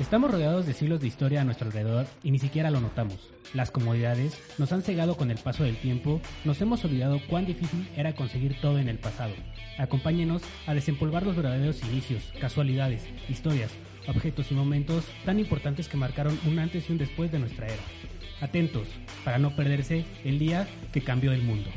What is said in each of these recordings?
Estamos rodeados de siglos de historia a nuestro alrededor y ni siquiera lo notamos. Las comodidades nos han cegado con el paso del tiempo, nos hemos olvidado cuán difícil era conseguir todo en el pasado. Acompáñenos a desempolvar los verdaderos inicios, casualidades, historias, objetos y momentos tan importantes que marcaron un antes y un después de nuestra era. Atentos, para no perderse el día que cambió el mundo.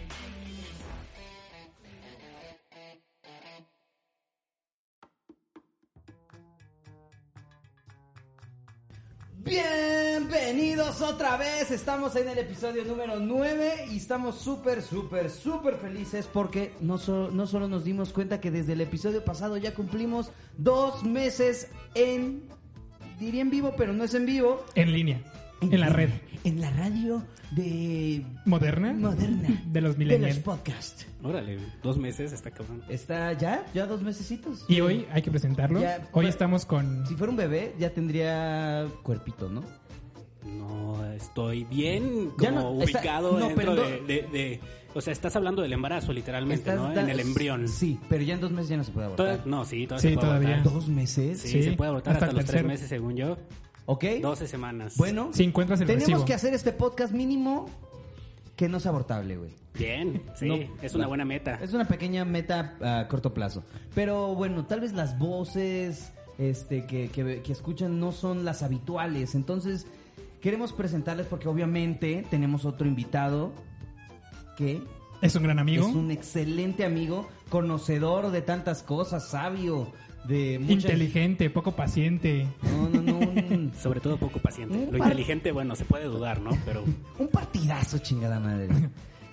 Bienvenidos otra vez, estamos en el episodio número 9 y estamos súper, súper, súper felices porque no, so- no solo nos dimos cuenta que desde el episodio pasado ya cumplimos dos meses en, diría en vivo, pero no es en vivo. En línea, en la red En la radio de moderna. moderna. De los De millennials. los podcast. Órale, dos meses está cabrón. Está ya, ya dos mesecitos. Y hoy hay que presentarlo. Ya, hoy pues- estamos con... Si fuera un bebé ya tendría cuerpito, ¿no? No, estoy bien Ya como no, está- ubicado no, dentro pero de, no- de- de- O sea, estás hablando del embarazo, literalmente, Estás- ¿no? estás- en el embrión. Sí, pero ya en dos meses ya no se puede abortar. Toda- no, sí, todavía Sí, se puede todavía. abortar. ¿Dos meses? Sí, Sí, se puede abortar hasta, hasta el los tres tercero. meses, según yo. ¿Ok? 12 semanas. Bueno, Si encuentras el tenemos recibo. que hacer este podcast mínimo que no es abortable, güey. Bien, sí, No, es una no. buena meta. Es una pequeña meta a corto plazo. Pero bueno, tal vez las voces este, que, que- que escuchan no son las habituales. Entonces, queremos presentarles porque obviamente tenemos otro invitado que Es un gran amigo. es un excelente amigo, conocedor de tantas cosas, sabio, de muchas... Inteligente, poco paciente. No, no, no, un, Sobre todo poco paciente. Un Lo par- inteligente, bueno, se puede dudar, ¿no? Pero un partidazo, chingada madre.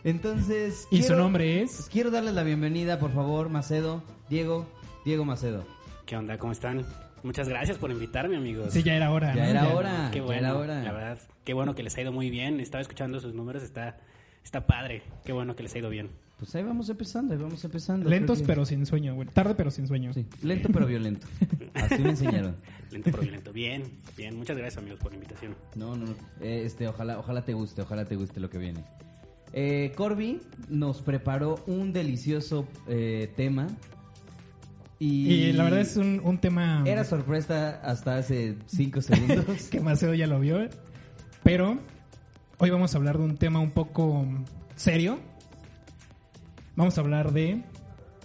Entonces... Y su quiero- nombre Pues es... quiero darles la bienvenida, por favor, Macedo, Diego, Diego Macedo. ¿qué onda? ¿Cómo están? Muchas gracias por invitarme, amigos. Sí, ya era hora. pues, Ya ¿no? era hora. Qué ya bueno, era hora. la verdad, qué bueno que les ha ido muy bien. Estaba escuchando sus números, está, está padre. Qué bueno que les ha ido bien. Pues ahí vamos empezando, ahí vamos empezando. Lentos Creo que- pero sin sueño. güey. tarde pero sin sueño. Sí, lento pero violento. Así me enseñaron. Lento por violento. Bien, bien. Muchas gracias, amigos, por la invitación. No, no, no. Eh, este, ojalá, ojalá te guste, ojalá te guste lo que viene. Eh, Corby nos preparó un delicioso eh, tema. Y, Y la verdad es un, un tema Era sorpresa hasta hace 5 segundos. que Maceo ya lo vio. Pero hoy vamos a hablar de un tema un poco serio. Vamos a hablar de...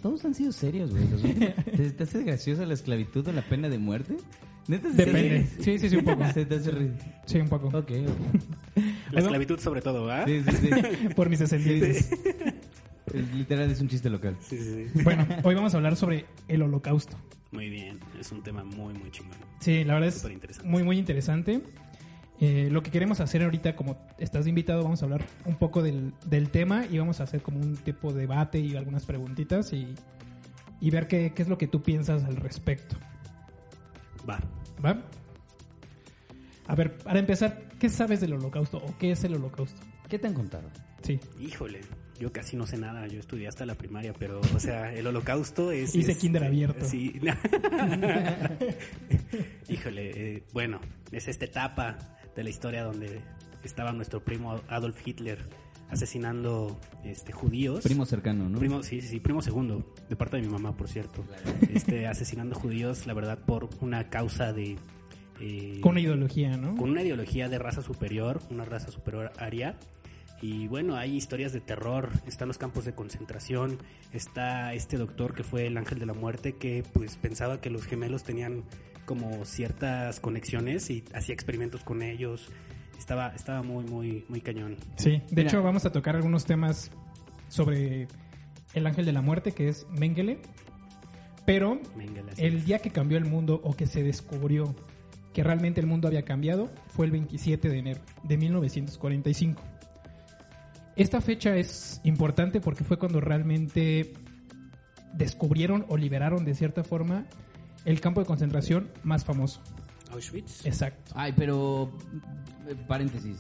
Todos han sido serios, güey. los últimos- ¿Te, te hace graciosa la esclavitud o la pena de muerte? Neta, sí, Depende. Sí, sí, sí, un poco. Se te hace reír. Sí, un poco. Ok, La Oigan. esclavitud sobre todo, ¿ah? Sí, sí, sí. Por mis descendientes. Es- Literal es un chiste local. Pues, Sí, sí, sí. Bueno, hoy vamos a hablar sobre el holocausto. Muy bien. Es un tema muy, muy chingón. Sí, la verdad es Súper interesante. muy, muy interesante. Eh, lo que queremos hacer ahorita, como estás invitado, vamos a hablar un poco del, del tema y vamos a hacer como un tipo de debate y algunas preguntitas y, y ver qué, qué es lo que tú piensas al respecto. Va. ¿Va? A ver, para empezar, ¿qué sabes del holocausto o qué es el holocausto? ¿Qué te han contado? Sí. Híjole, yo casi no sé nada. Yo estudié hasta la primaria, pero, o sea, el holocausto es. Hice es- kinder abierto. Sí. Híjole, eh, bueno, es esta etapa de la historia donde estaba nuestro primo Adolf Hitler asesinando este, judíos. Primo cercano, ¿no? Primo, sí, sí, sí, primo segundo, de parte de mi mamá, por cierto. Este, asesinando judíos, la verdad, por una causa de... eh, Con una ideología, ¿no? con una ideología de raza superior, una raza superior aria. Y bueno, hay historias de terror, están los campos de concentración, está este doctor que fue el ángel de la muerte que pues pensaba que los gemelos tenían como ciertas conexiones y hacía experimentos con ellos. Estaba, estaba muy, muy, muy cañón. Sí. De Mira. hecho, vamos a tocar algunos temas sobre el ángel de la muerte, que es Mengele. Pero Mengele, así El es. día que cambió el mundo o que se descubrió que realmente el mundo había cambiado fue el 27 de enero de 1945. Esta fecha es importante porque fue cuando realmente descubrieron o liberaron de cierta forma el campo de concentración más famoso. Auschwitz. Exacto. Ay, pero eh, paréntesis.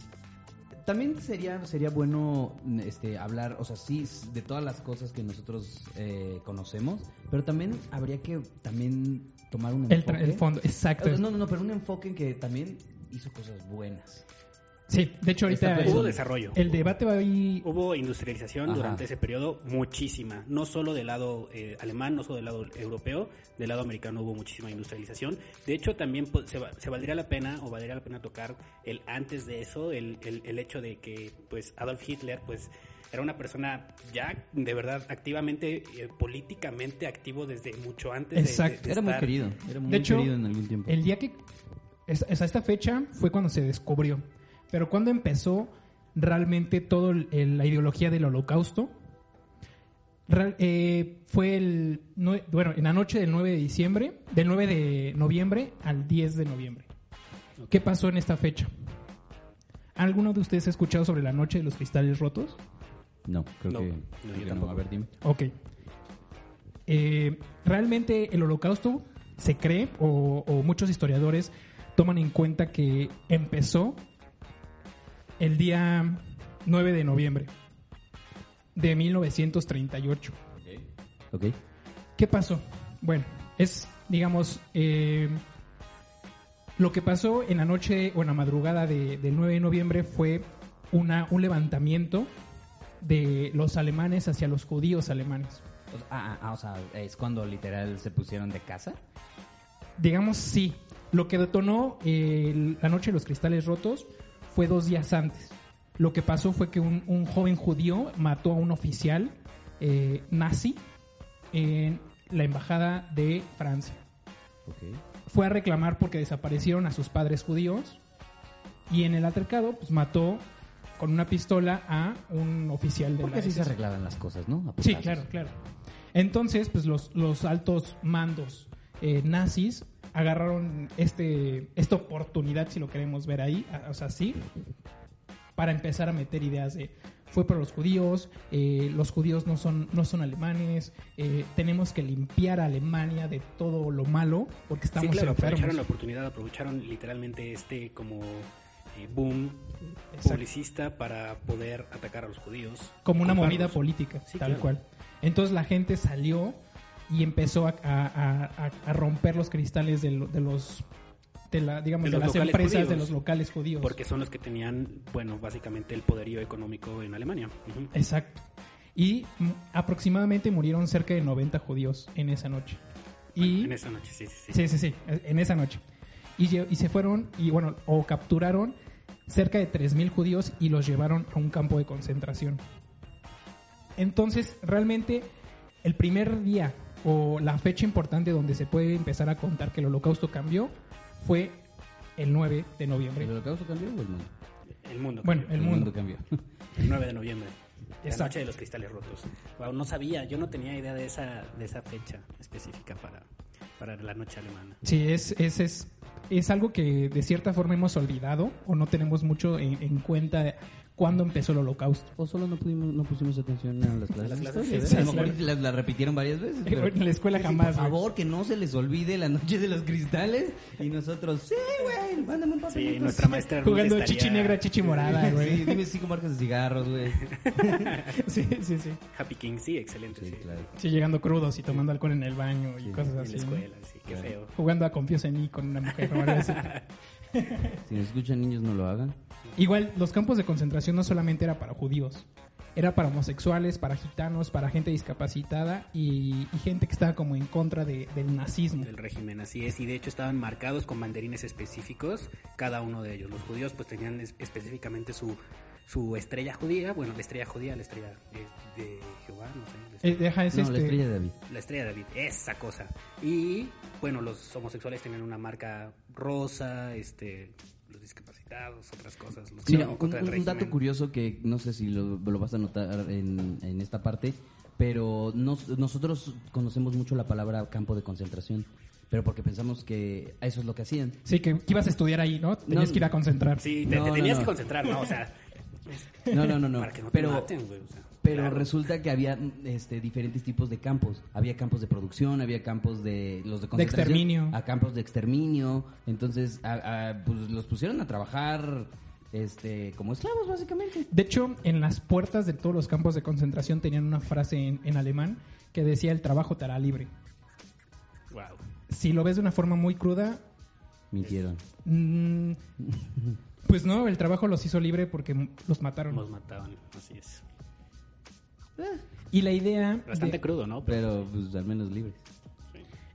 También sería sería bueno este hablar, o sea, sí s- de todas las cosas que nosotros eh, conocemos, pero también habría que también tomar un El, enfoque. tra- el fondo, exacto. No, no, no, pero un enfoque en que también hizo cosas buenas. Sí, de hecho ahorita Está el- Eso. Hubo desarrollo. el debate va ahí Hubo industrialización Ajá. durante ese periodo muchísima, no solo del lado eh, alemán, no solo del lado europeo, del lado americano hubo muchísima industrialización. De hecho, también pues, se, va- se valdría la pena o valdría la pena tocar el antes de eso, el, el- el hecho de que pues Adolf Hitler pues era una persona ya de verdad activamente, eh, políticamente activo desde mucho antes de- de- Exacto. de Era muy estar- querido, era muy De hecho, querido en algún tiempo. El día que. es- es- a esta fecha fue cuando se descubrió. Pero cuando empezó realmente toda la ideología del holocausto. Real- eh, fue el. nue- Bueno, en la noche del 9 de diciembre. Del 9 de noviembre al 10 de noviembre. ¿Qué pasó en esta fecha? ¿Alguno de ustedes ha escuchado sobre la noche de los cristales rotos? No, creo No, que, no, yo creo que no. tampoco. A ver, dime. Ok. Eh, realmente el holocausto se cree, o, o muchos historiadores toman en cuenta que empezó el día 9 de noviembre de 1938. Ok. ¿Qué pasó? Bueno, es, digamos, eh, lo que pasó en la noche o en la madrugada de- del 9 de noviembre fue una, un levantamiento de los alemanes hacia los judíos alemanes. O sea, ah, ah, o sea, es cuando literal se pusieron de casa. Digamos sí. Lo que detonó eh, la noche de los cristales rotos fue dos días antes. Lo que pasó fue que un, un joven judío mató a un oficial eh, nazi en la embajada de Francia. Ok. Fue a reclamar porque desaparecieron a sus padres judíos y en el altercado pues, mató con una pistola a un oficial de Porque la así se SS. arreglaban las cosas, ¿no? A Sí, putazos. claro, claro. Entonces, pues los, los altos mandos eh, nazis agarraron este, esta oportunidad, si lo queremos ver ahí, a- o sea, sí, para empezar a meter ideas de fue por los judíos, eh, los judíos no son, no son alemanes, eh, tenemos que limpiar a Alemania de todo lo malo porque Sí, estamos claro, aprovecharon la enfermos. oportunidad, aprovecharon literalmente este como eh, boom Exacto. publicista para poder atacar a los judíos. Como una Culparlos. movida política, Sí, tal claro. cual. Entonces la gente salió y empezó a, a- a- a- a romper los cristales de, lo- de los de la, digamos De de, los las locales empresas de judíos. los locales judíos. Porque son los que tenían, bueno, básicamente el poderío económico en Alemania. Ujú. Eh, Exacto. Y mm, aproximadamente murieron cerca de 90 judíos en esa noche. Y En esa noche, sí, sí, sí. sí, sí, sí, en esa noche. Y, lle- y se fueron y bueno, o capturaron cerca de 3000 judíos y los llevaron a un campo de concentración. Entonces, realmente, el primer día o la fecha importante donde se puede empezar a contar que el holocausto cambió fue el 9 de noviembre. ¿El holocausto cambió o el mundo? El mundo. Bueno, cambió. el mundo. cambió. El 9 de noviembre. La Exacto. noche de los cristales rotos. Wow, no sabía, yo no tenía idea de esa, de esa fecha específica para, para la noche alemana. Sí, es, es, es, es algo que de cierta forma hemos olvidado o no tenemos mucho en, en cuenta cuándo empezó el holocausto. O solo no, pudimos, no pusimos atención a las clases. las de clases, historia, sí, ¿verdad? sí, a lo sí. mejor las las repitieron varias veces. pero- En la escuela Sí, sí, jamás. Por güey. favor, que no se les olvide la noche de los cristales. Y nosotros, sí, güey, mándame un papelito. Sí, nuestra maestra Ruth Jugando estaría- chichi negra, chichi morada, Sí, güey. dime cinco marcas de cigarros, güey. Sí, sí, sí. Happy King, sí, excelente. Sí, Sí, claro. Sí, llegando crudos y tomando alcohol en el baño y Sí, cosas En así. la ¿no? escuela, sí, qué Claro. feo. Jugando a Confíos en mí con una mujer. o algo así. Si nos escuchan niños, no lo hagan. Igual, los campos de concentración no solamente era para judíos. Era para homosexuales, para gitanos, para gente discapacitada y, y gente que estaba como en contra de- del nazismo. del régimen, así es, y de hecho estaban marcados con banderines específicos, cada uno de ellos. Los judíos pues tenían es- específicamente su, su estrella judía, bueno, la estrella judía, la estrella de, de Jehová, no sé. la Eh, estrella- deja, es no, este... la estrella de David. La estrella de David, esa cosa. Y bueno, los homosexuales tenían una marca rosa, este, los discapacitados, otras cosas. Los que Mira, estaban un, en contra del un dato régimen. curioso que no sé si lo, lo vas a notar en, en esta parte, pero nos- nosotros conocemos mucho la palabra campo de concentración, pero porque pensamos que eso es lo que hacían. Sí, que, que ibas a estudiar ahí, ¿no? Tenías No. que ir a concentrar. Sí, te, No, te no, tenías no. que concentrar, ¿no? O sea, No, no, no, no. para que no pero te maten, güey. o sea, Pero claro. resulta que había mm, este, diferentes tipos de campos. Había campos de producción, había campos de los de, concentración, exterminio. A campos de exterminio. Entonces, a- a, pues, los pusieron a trabajar este, como esclavos, básicamente. De hecho, en las puertas de todos los campos de concentración tenían una frase en, en alemán que decía: el trabajo te hará libre. Wow. Si lo ves de una forma muy cruda, Este, Mintieron. mm, Pues no, el trabajo los hizo libre porque m- los mataron. Nos mataban, así es. Y la idea de- Bastante crudo, ¿no? Pero Pero pues al menos libres.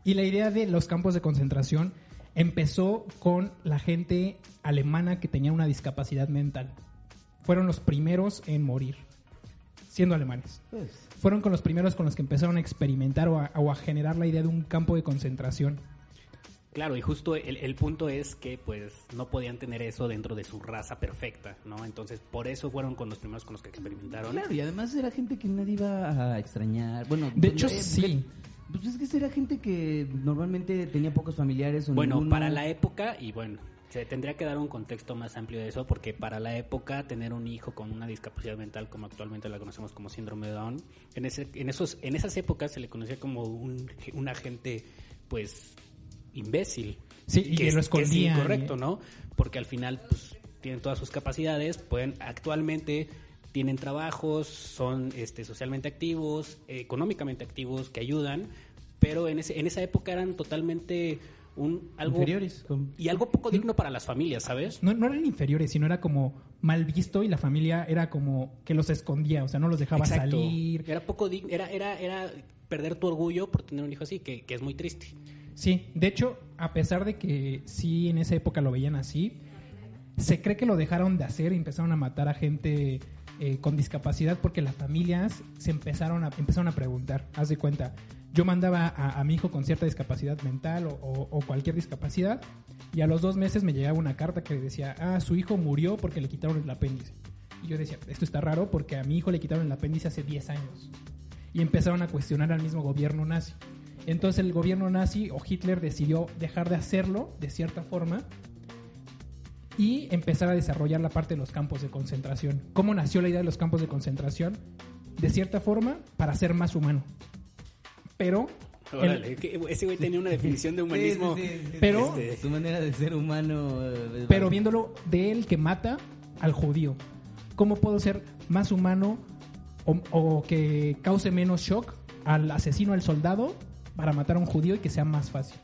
y la idea de los campos de concentración empezó con la gente alemana que tenía una discapacidad mental. Fueron los primeros en morir siendo alemanes. Pues, Fueron con los primeros con los que empezaron a experimentar o a, o a generar la idea de un campo de concentración. claro, y justo el, el punto es que pues no podían tener eso dentro de su raza perfecta, ¿no? Entonces por eso fueron con los primeros con los que experimentaron. claro, y además era gente que nadie iba a extrañar. Bueno, De hecho, eh, sí. Pues es que era gente que normalmente tenía pocos familiares o Bueno, Mm. ninguno. para la época, y bueno, se tendría que dar un contexto más amplio de eso, porque para la época tener un hijo con una discapacidad mental, como actualmente la conocemos como síndrome de Down, en, ese, en, esos, en esas épocas se le conocía como un, un agente, pues, imbécil. Sí, y que lo escondían, es incorrecto, ¿eh? ¿no? Porque al final, pues, tienen todas sus capacidades, pueden actualmente tienen trabajos, son este, socialmente activos, eh, económicamente activos, que ayudan, pero en, ese, en esa época eran totalmente un algo inferiores. con- y algo poco digno para las familias, ¿sabes? No, no eran inferiores, sino era como mal visto y la familia era como que los escondía, o sea, no los dejaba Exacto. salir. Era poco digno, era, era, era perder tu orgullo por tener un hijo así, que, que es muy triste. Sí, de hecho, a pesar de que sí en esa época lo veían así, se cree que lo dejaron de hacer y empezaron a matar a gente eh, con discapacidad porque las familias se empezaron a, empezaron a preguntar, haz de cuenta, yo mandaba a, a mi hijo con cierta discapacidad mental o, o- o cualquier discapacidad y a los dos meses me llegaba una carta que decía, ah, su hijo murió porque le quitaron el apéndice. Y yo decía, esto está raro porque a mi hijo le quitaron el apéndice hace 10 años y empezaron a cuestionar al mismo gobierno nazi. Entonces el gobierno nazi o Hitler decidió dejar de hacerlo de cierta forma y empezar a desarrollar la parte de los campos de concentración. ¿Cómo nació la idea de los campos de concentración? De cierta forma, para ser más humano. Pero, el- Órale, que ese güey tenía una definición de humanismo. Sí, sí, sí, sí. pero, Este, Su manera de ser humano. eh, pero viéndolo de él que mata al judío. ¿Cómo puedo ser más humano o, o que cause menos shock al asesino, al soldado, para matar a un judío y que sea más fácil?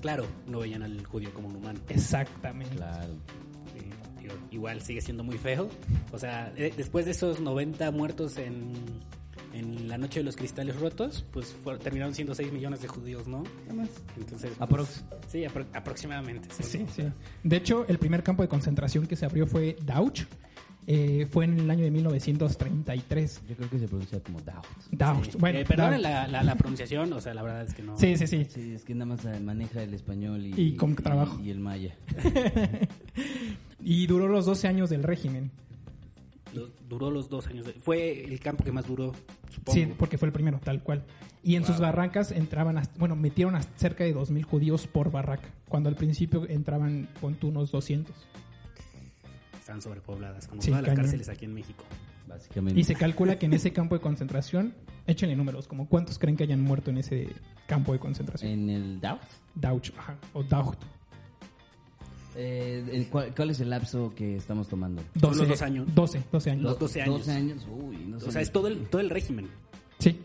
Claro, no veían al judío como un humano. Exactamente. Claro. Eh, digo, igual sigue siendo muy feo. O sea, eh, después de esos 90 muertos en, en la noche de los cristales rotos, pues fue- terminaron siendo 6 millones de judíos, ¿no? Nada más. Entonces, Aprox. pues, sí, apro- aproximadamente. sí. Sí, sí. De hecho, el primer campo de concentración que se abrió fue Dauch. Eh, fue en el año de 1933. Yo creo que se pronuncia como doubt. Dauch. Sí. Ah, pues, Bueno, Eh, Dauch. perdonen la, la- la pronunciación, o sea, la verdad es que no. Sí, sí, sí. Sí, es que nada más maneja el español y, Y con trabajo. Y, el maya. Y duró los 12 años del régimen. Lo- duró los dos años. de- fue el campo que más duró, supongo. Sí, porque fue el primero, tal cual. Y en sus barracas entraban, hasta- bueno, metieron hasta cerca de 2.000 judíos por barraca, cuando al principio entraban con unos 200. Están sobrepobladas, como Sí, todas las cañón. cárceles aquí en México. Básicamente. Y se calcula que en ese campo de concentración, échenle números, como cuántos creen que hayan muerto en ese campo de Eh. concentración. En el doubt. Dauch, ajá, o Dauch. Eh, el cual- ¿Cuál es el lapso que estamos tomando? 12, los dos años. 12, 12 años. Los 12 años. 12 años, uy, no sé. O sea, es todo el, todo el régimen. Sí.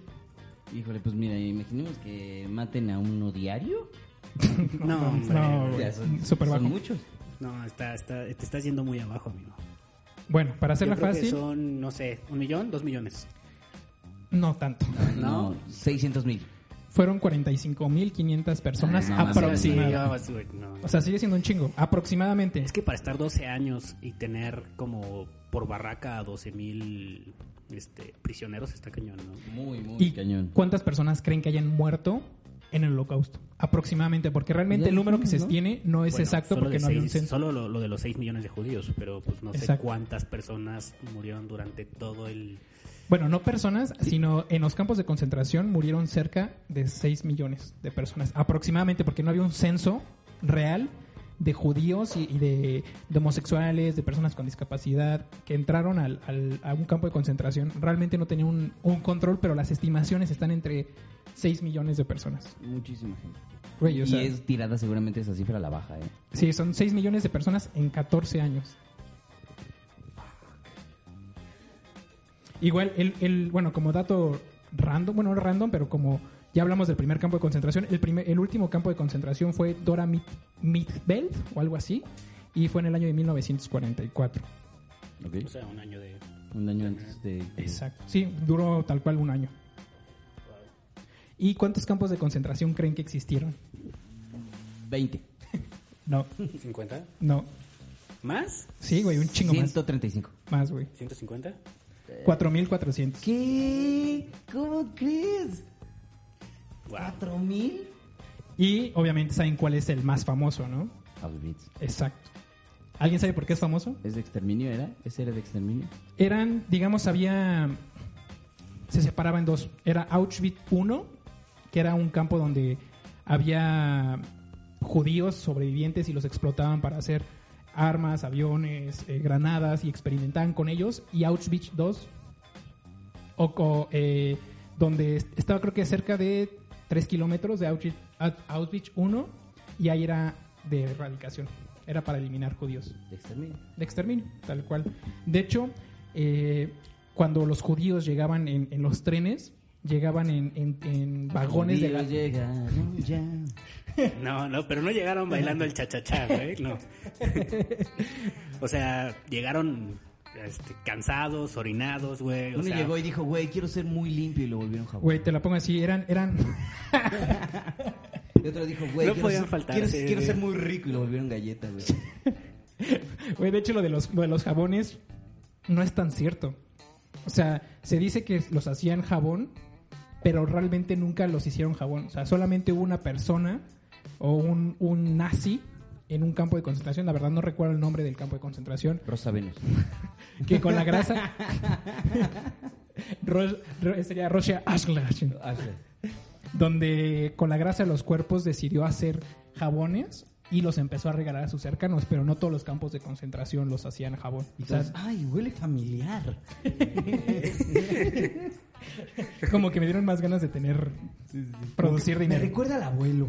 Híjole, pues mira, imaginemos que maten a uno diario. No, hombre, No, Mm, Ya, son- súper son bajo. muchos. no está, está, te estás yendo muy abajo, amigo. Bueno, para Yo hacerla creo que fácil, son, no sé, un millón, dos millones. no tanto. No, 600 mil. Fueron 45.500 personas Ah, no, más o menos. Sí, aproximadamente. ya, sí, no. O sea, sigue siendo un chingo, aproximadamente. es que para estar 12 años y tener como por barraca a 12 mil este, prisioneros está cañón, ¿no? Muy, muy ¿Y cañón. cuántas personas creen que hayan muerto en el holocausto? Aproximadamente, porque realmente Ya el número que se dijimos, tiene no es Bueno, exacto solo porque de no había un seis- censo. Solo lo, lo de los 6 millones de judíos, pero pues no sé Exacto. cuántas personas murieron durante todo el... Bueno, no personas, sino en los campos de concentración murieron cerca de 6 millones de personas, aproximadamente, porque no había un censo real de judíos y, y de, de homosexuales, de personas con discapacidad, que entraron al, al- a un campo de concentración. Realmente no tenía un, un control, pero las estimaciones están entre 6 millones de personas. Muchísima gente. Güey, o sea, y es tirada seguramente esa cifra a la baja, ¿eh? Sí, son 6 millones de personas en 14 años. Igual, el, el- bueno, como dato random, bueno, no random, pero como ya hablamos del primer campo de concentración, el, primer, el último campo de concentración fue Dora Mit, Mitbelt o algo así. y fue en el año de 1944. Ok. O sea, un año de... Un año antes de. Exacto. Sí, duró tal cual un año. ¿Y cuántos campos de concentración creen que existieron? 20. No, ¿50? no. ¿Más? Sí, güey, un chingo más. 135. Más, güey. ¿150? 4400. ¿Qué? ¿Cómo crees? Wow. ¿Cuatro mil? Y obviamente saben cuál es el más famoso, ¿no? Auschwitz. Exacto. ¿Alguien sabe por qué es famoso? ¿Es de exterminio, era? ¿Ese era de exterminio? Eran, digamos, había. Se separaba en dos. Era Auschwitz I, que era un campo donde había judíos sobrevivientes y los explotaban para hacer armas, aviones, eh, granadas y experimentaban con ellos. Y Auschwitz II, o, co- eh, donde est- estaba creo que cerca de 3 kilómetros de Auschwitz, Au- Auschwitz I, y ahí era de erradicación. Era para eliminar judíos De exterminio. de exterminio, tal cual. De hecho, eh, cuando los judíos llegaban en, en los trenes, llegaban en, en- en vagones de Judíos gas. llegaron ya. No, no, pero no llegaron bailando el chachachá, güey, no. o sea, llegaron este, cansados, orinados, güey. O Uno sea, llegó y dijo, güey, quiero ser muy limpio y lo volvieron jabón. Güey, te la pongo así, eran, eran, Y otro dijo, güey, No quiero, podían ser, faltar, quiero, sí, quiero sí. ser muy rico y lo volvieron galleta, güey. güey, de hecho lo de los, lo de los jabones no es tan cierto. O sea, se dice que los hacían jabón, pero realmente nunca los hicieron jabón. O sea, solamente hubo una persona o un, un nazi en un campo de concentración, la verdad no recuerdo el nombre del campo de concentración, Rosa Venus. que con la grasa Ro- Ro- sería Rosia Asglash Ah, donde con la grasa de los cuerpos decidió hacer jabones y los empezó a regalar a sus cercanos, pero no todos los campos de concentración los hacían jabón. Y O sea, todos, ay, huele familiar. como que me dieron más ganas de tener producir Me dinero. recuerda al abuelo.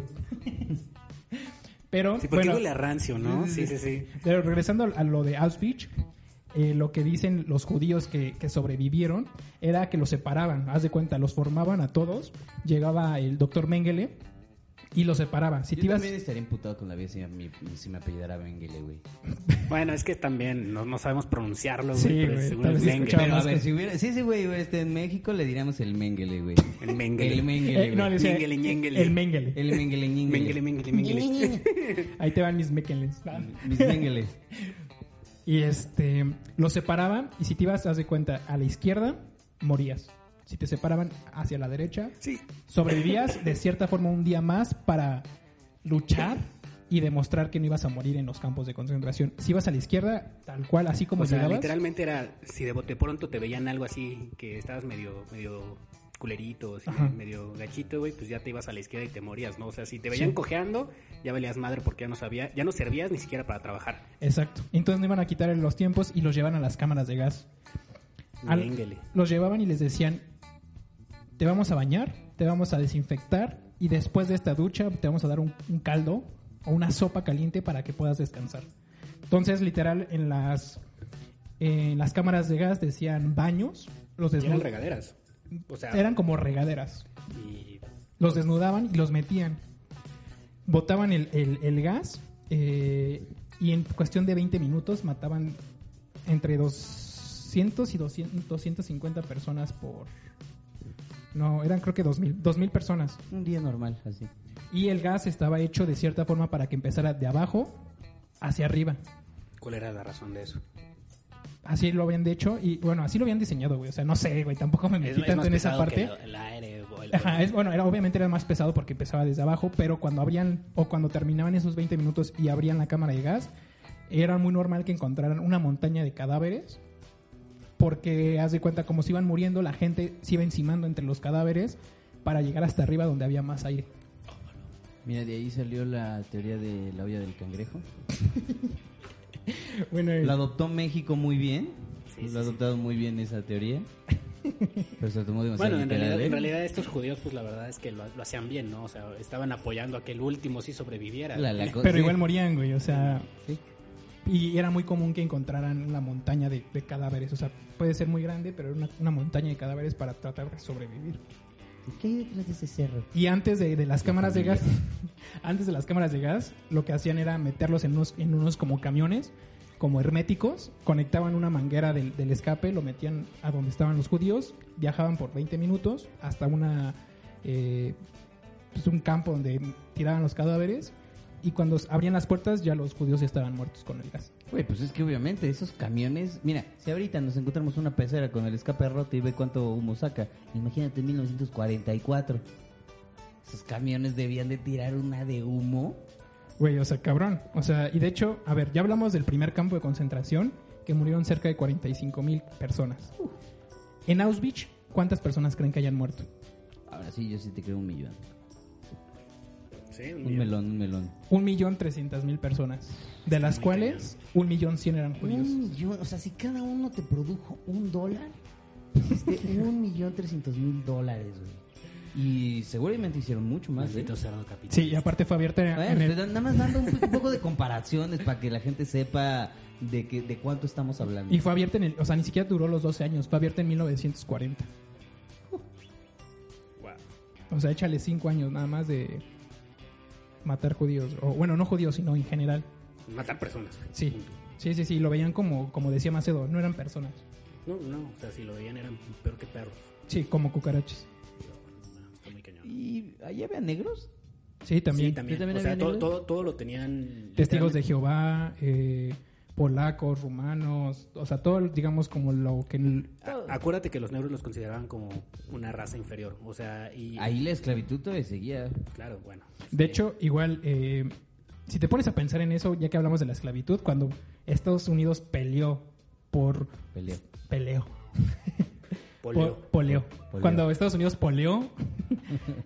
Pero Sí, porque bueno, huele a rancio, ¿no? Sí, sí, sí. Pero regresando a lo de Auschwitz, eh, lo que dicen los judíos que, que sobrevivieron era que los separaban, haz de cuenta, los formaban a todos, llegaba el doctor Mengele y los separaba. Si te Yo ibas, también estaría imputado con la vida si, a mí- si me apellidara Mengele, güey. Bueno, es que también no, no sabemos pronunciarlo, güey, Sí, pero güey, seguro tal es vez Mengele. escuchaba Pero a más ver, que- si hubiera... Sí, sí, güey, güey, este, en México le diríamos el Mengele, güey. El Mengele. El Mengele, eh, güey. no, le decía- Mengele, Ñengele. el Mengele. El Mengele, Mengele, Ñengele. Mengele, Mengele. Ahí te van mis mequeles. Mis Mengeles. Y este, los separaban y si te ibas, haz de cuenta, a la izquierda, morías. Si te separaban hacia la derecha, Sí, sobrevivías de cierta forma un día más para luchar y demostrar que no ibas a morir en los campos de concentración. Si ibas a la izquierda, tal cual, así como o sea, llegabas, literalmente era, si de bote pronto te veían algo así, que estabas medio, medio culerito, así, Ajá. medio gachito, güey, pues ya te ibas a la izquierda y te morías, ¿no? O sea, si te veían cojeando, ya valías madre porque ya no sabía, ya no servías ni siquiera para trabajar. Exacto. Entonces no iban a quitar los tiempos y los llevan a las cámaras de gas. Al- Mengele. los llevaban y les decían, te vamos a bañar, te vamos a desinfectar y después de esta ducha te vamos a dar un, un caldo o una sopa caliente para que puedas descansar. Entonces, literal, en las, en las cámaras de gas decían baños, los Y eran desnudaban. regaderas. O sea, Pues Eran como regaderas. y Los desnudaban y los metían. Botaban el, el- el gas eh, y en cuestión de 20 minutos mataban entre 200 y 200, 250 personas por... No, eran creo que 2000, 2000 personas. Un día normal, así. Y el gas estaba hecho de cierta forma para que empezara de abajo hacia arriba. ¿cuál era la razón de eso? Así lo habían hecho y bueno, así lo habían diseñado, güey. O sea, no sé, güey, tampoco me Es, metí es tanto más en esa pesado que parte. el, el aire o el- Ajá, es, bueno, era, obviamente era más pesado porque empezaba desde abajo, pero cuando abrían o cuando terminaban esos 20 minutos y abrían la cámara de gas, era muy normal que encontraran una montaña de cadáveres, porque haz de cuenta, como se iban muriendo, la gente se iba encimando entre los cadáveres para llegar hasta arriba donde había más aire. Mira, de ahí salió la teoría de la olla del cangrejo. Bueno, La adoptó México muy bien. Sí, sí, lo ha adoptado muy bien esa teoría. Pero se tomó demasiado Bueno, literal, en realidad, ¿eh? en realidad estos judíos, pues la verdad es que lo, lo hacían bien, ¿no? O sea, estaban apoyando a que el último sí sobreviviera. La- la co- pero sí. igual morían, güey, o sea... Sí. Y era muy común que encontraran la montaña de, de cadáveres, o sea, puede ser muy grande, pero era una, una montaña de cadáveres para tratar de sobrevivir. ¿Qué hay detrás de ese cerro? Y antes de, de las cámaras de gas, antes de las cámaras de gas, lo que hacían era meterlos en unos, en unos como camiones, como herméticos, conectaban una manguera del, del escape, lo metían a donde estaban los judíos, viajaban por 20 minutos hasta una eh, pues un campo donde tiraban los cadáveres y cuando abrían las puertas ya los judíos ya estaban muertos con el gas. Güey, pues es que obviamente esos camiones. Mira, si ahorita nos encontramos una pecera con el escape roto y ve cuánto humo saca, imagínate en 1944. Esos camiones debían de tirar una de humo. Güey, o sea, cabrón. O sea, y de hecho, a ver, ya hablamos del primer campo de concentración, que murieron cerca de 45 mil personas. En Auschwitz, ¿cuántas personas creen que hayan muerto? Ahora sí, yo sí te creo un millón. Sí, Un melón, un melón. Un millón trescientas mil personas, de las muy cuales un millón cien eran judíos. Un Mm. millón, o sea, si cada uno te produjo un dólar, pues hiciste un millón trescientos mil dólares, güey. Y seguramente hicieron mucho más. ¿eh? Maldito cerdo capital. Sí, y aparte fue abierta en Bueno, el- te dan- nada más dando un, un poco de comparaciones para que la gente sepa de que, de cuánto estamos hablando. y fue abierta en el, o sea, ni siquiera duró los 12 años, fue abierta en 1940. Guau. O sea, échale 5 años nada más de matar judíos, o bueno, no judíos, sino en general. Matar personas. Sí. Punto. Sí, sí, sí, lo veían como como decía Macedo, no eran personas. No, no, o sea, si lo veían eran peor que perros. Sí, como cucarachas. Está muy cañón. ¿Y allá había negros? Sí, también. Sí, también. ¿Yo también o sea, había todo, negros? todo, todo lo tenían. Testigos de literalmente- Jehová, eh, polacos, rumanos, o sea, todo, digamos, como lo que... A- Acuérdate que los negros los consideraban como una raza inferior. O sea, y. Ahí la esclavitud todavía seguía. Claro, bueno. este, De hecho, igual, eh, si te pones a pensar en eso, ya que hablamos de la esclavitud, cuando Estados Unidos peleó por... Pelea. Peleó. Polio. Po- poleo. Poleo. Cuando Estados Unidos poleó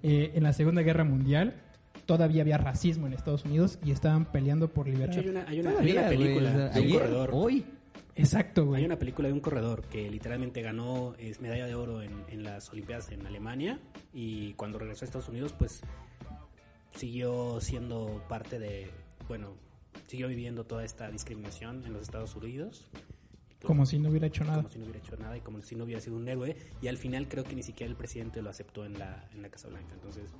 eh, en la Segunda Guerra Mundial, todavía había racismo en Estados Unidos y estaban peleando por De hecho, liberar... hay una, hay una, hay Todavía, una güey, película o sea, de un ayer, corredor. Hoy. Exacto, Hay güey. una película de un corredor que literalmente ganó es, medalla de oro en, en las Olimpiadas en Alemania y cuando regresó a Estados Unidos pues siguió siendo parte de, bueno, siguió viviendo toda esta discriminación en los Estados Unidos. pues, Como si no hubiera hecho nada. Como si no hubiera hecho nada y como si no hubiera sido un héroe y al final creo que ni siquiera el presidente lo aceptó en la, en la Casa Blanca. Entonces,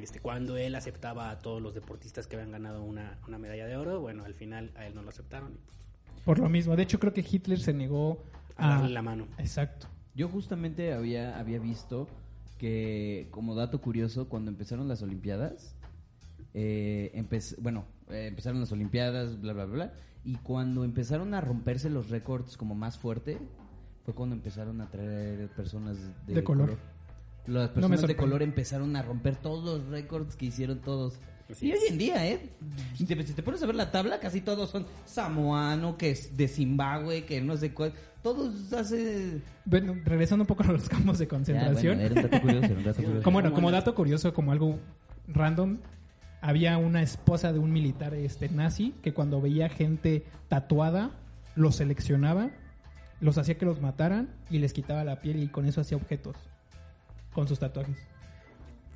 este, cuando él aceptaba a todos los deportistas que habían ganado una, una medalla de oro, bueno, al final a él no lo aceptaron y pues, Por lo mismo. De hecho, creo que Hitler se negó a... a darle la mano. Exacto. Yo justamente había, había visto que, como dato curioso, cuando empezaron las Olimpiadas, eh, empe- bueno, eh, empezaron las Olimpiadas, bla, bla, bla, bla, y cuando empezaron a romperse los récords como más fuerte, fue cuando empezaron a traer personas de, De color. Las me personas de sorprende. color empezaron a romper todos los récords que hicieron todos. Así Y es. hoy en día, ¿eh? Si te, si te pones a ver la tabla, casi todos son samoano, que es de Zimbabue, que no sé cuál. Todos hace... Bueno, regresando un poco a los campos de concentración. Ya, bueno, era un dato curioso, era un dato curioso. como, bueno, ¿Cómo como andas? dato curioso, como algo random, había una esposa de un militar este nazi que cuando veía gente tatuada, los seleccionaba, los hacía que los mataran y les quitaba la piel y con eso hacía objetos con sus tatuajes.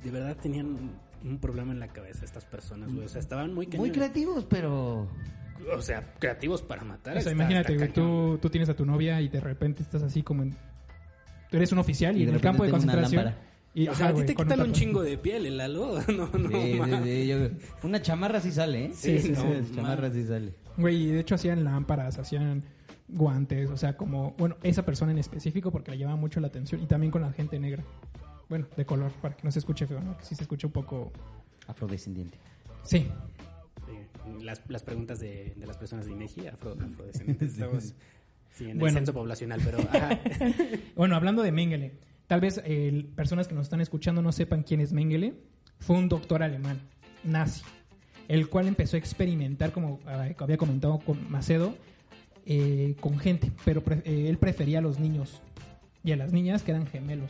De verdad tenían un- un problema en la cabeza estas personas, güey. O sea, estaban muy Muy cañones. creativos, pero... O sea, creativos para matar. o sea, está- imagínate, está güey, cañón. tú, tú tienes a tu novia y de repente estás así como en... Tú eres un oficial y, Y de en el repente campo de tengo una concentración... lámpara. Y, O sea, ajá, a ti güey, te con un quitan un tatuaje. chingo de piel, el halo. No, no, Sí, sí, mames. sí, yo- Una chamarra sí sale, ¿eh? Sí, sí, no, sí, chamarra man. sí sale. Güey, y de hecho hacían lámparas, hacían guantes, o sea, como, bueno, esa persona en específico porque le llamaba mucho la atención y también con la gente negra. Bueno, de color, para que no se escuche feo, ¿no? Que sí se escuche un poco... Afrodescendiente. Sí, Sí. Las, las preguntas de, de las personas de INEGI, afro, afrodescendientes. Estamos sí, en el Bueno. censo poblacional, pero ajá. Bueno, hablando de Mengele, tal vez eh, personas que nos están escuchando no sepan quién es Mengele. Fue un doctor alemán, nazi, el cual empezó a experimentar, como eh, había comentado con Macedo, eh, con gente, pero pre- eh, él prefería a los niños y a las niñas que eran gemelos.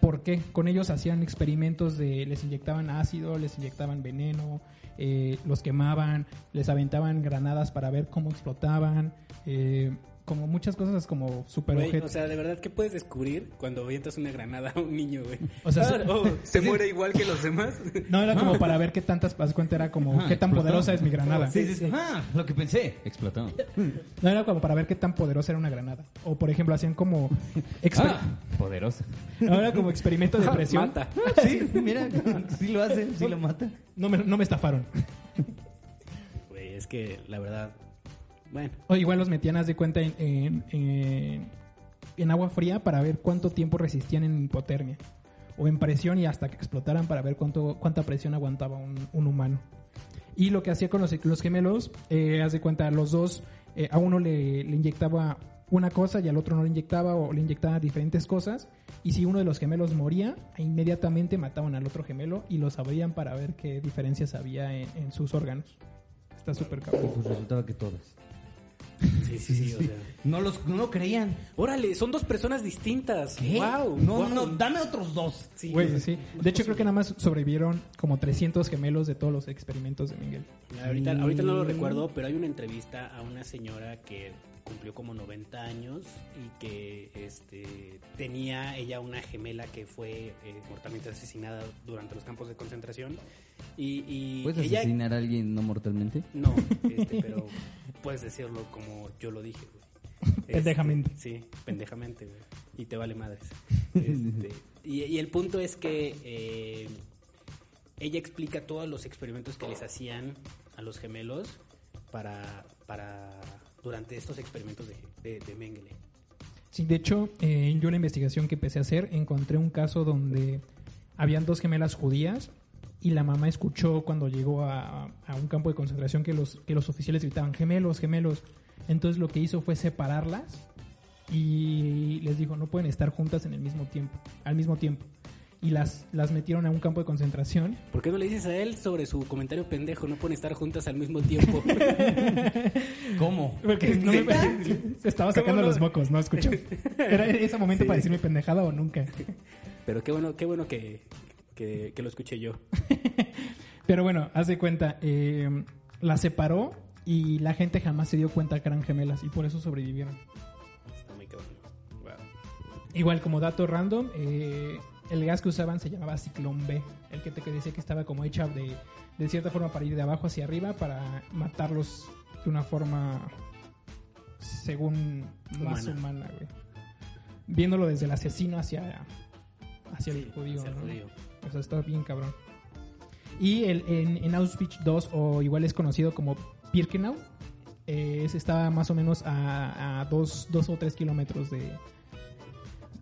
¿Por qué? Con ellos hacían experimentos de les inyectaban ácido, les inyectaban veneno, eh, los quemaban, les aventaban granadas para ver cómo explotaban, eh, como muchas cosas como super Güey, objeto. o sea, de verdad, ¿qué puedes descubrir cuando avientas una granada a un niño, güey? O sea, Ah, se- oh, ¿se muere igual que los demás? no era como para ver qué tantas haz de cuenta era como Ah. Ajá, qué tan explotó. poderosa es mi granada. Sí, sí, sí. Ah, lo que pensé. Explotó. Ah, No era como para ver qué tan poderosa era una granada. O por ejemplo, hacían como exper- Ah, poderosa. no, era como experimento de presión. Mata. Sí, mira, sí lo hace, sí lo mata. No me, no me estafaron. Güey, es que la verdad, bueno, O igual los metían, haz de cuenta, en, en, en- en agua fría para ver cuánto tiempo resistían en hipotermia. O en presión y hasta que explotaran para ver cuánto, cuánta presión aguantaba un, un humano. Y lo que hacía con los, los gemelos, eh, haz de cuenta, los dos, eh, a uno le, le inyectaba una cosa y al otro no le inyectaba o le inyectaba diferentes cosas. Y si uno de los gemelos moría, inmediatamente mataban al otro gemelo y los abrían para ver qué diferencias había en, en sus órganos. Está súper cabrón. Pues resultaba que todas. sí, sí, sí, o sea. No los no lo creían. Órale, son dos personas distintas. Wow, No, no, dame otros dos. Sí, Güey, o sea, sí. De hecho, creo que nada más sobrevivieron como 300 gemelos de todos los experimentos de Miguel. mira, Ahorita, ahorita no lo recuerdo, pero hay una entrevista a una señora que cumplió como 90 años y que este tenía ella una gemela que fue eh, mortalmente asesinada durante los campos de concentración y, y ¿Puedes ella asesinar a alguien no mortalmente? No, este, pero puedes decirlo como yo lo dije, güey. Este, Pendejamente. sí, pendejamente, güey. Y te vale madres. Este, y, y el punto es que eh, ella explica todos los experimentos que les hacían a los gemelos para, para durante estos experimentos de, de- de Mengele. Sí, de hecho, eh, yo en la investigación que empecé a hacer encontré un caso donde habían dos gemelas judías y la mamá escuchó cuando llegó a, a un campo de concentración que los, que los oficiales gritaban gemelos, gemelos. Entonces lo que hizo fue separarlas y les dijo no pueden estar juntas en el mismo tiempo, al mismo tiempo. Y las, las metieron a un campo de concentración ¿Por qué no le dices a él sobre su comentario pendejo? No pueden estar juntas al mismo tiempo. ¿Cómo? Porque no me estaba sacando no? los mocos, no escucho. Era ese momento para decirme pendejada o nunca. pero qué bueno, qué bueno que, que- que lo escuché yo. Pero bueno, haz de cuenta, eh, la separó y la gente jamás se dio cuenta que eran gemelas y por eso sobrevivieron. Está muy cabrón. Wow. Igual como dato random, eh, el gas que usaban se llamaba ciclón B, el que te que decía que estaba como hecha de, de cierta forma para ir de abajo hacia arriba para matarlos de una forma según más Humana. humana, güey. Viéndolo desde el asesino hacia, hacia el Sí, judío. hacia el ¿no? judío. O sea, está bien cabrón. Y el, en, en Auschwitz II, o igual es conocido como Birkenau, eh, es- estaba más o menos a, a dos, dos o tres kilómetros de,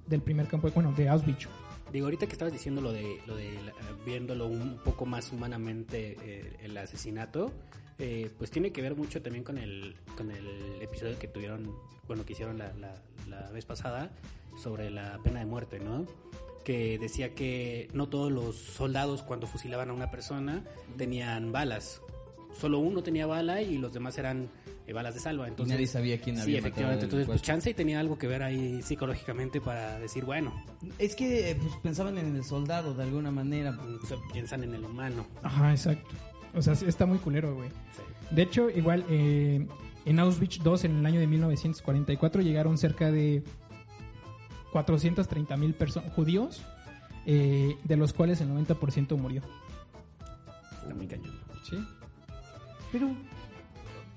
del primer campo, de- bueno, de Auschwitz. Digo, ahorita que estabas diciendo lo de, lo de la- viéndolo un poco más humanamente eh, el asesinato, eh, pues tiene que ver mucho también con el, con el episodio que tuvieron, bueno, que hicieron la, la- la vez pasada sobre la pena de muerte, ¿no? Que decía que no todos los soldados cuando fusilaban a una persona tenían balas. Solo uno tenía bala y los demás eran eh, balas de salva. Y Entonces, nadie sabía quién sí, había matado efectivamente. al Entonces, pues cuerpo. chance y tenía algo que ver ahí psicológicamente para decir, bueno, Es que eh, pues, pensaban en el soldado de alguna manera. o sea, mm, piensan en el humano. Ajá, exacto. O sea, sí, está muy culero, güey. De hecho, igual eh, en Auschwitz II, en el año de 1944, llegaron cerca de 430 mil judíos, eh, de los cuales el 90% murió. Está muy cañón. Sí. Pero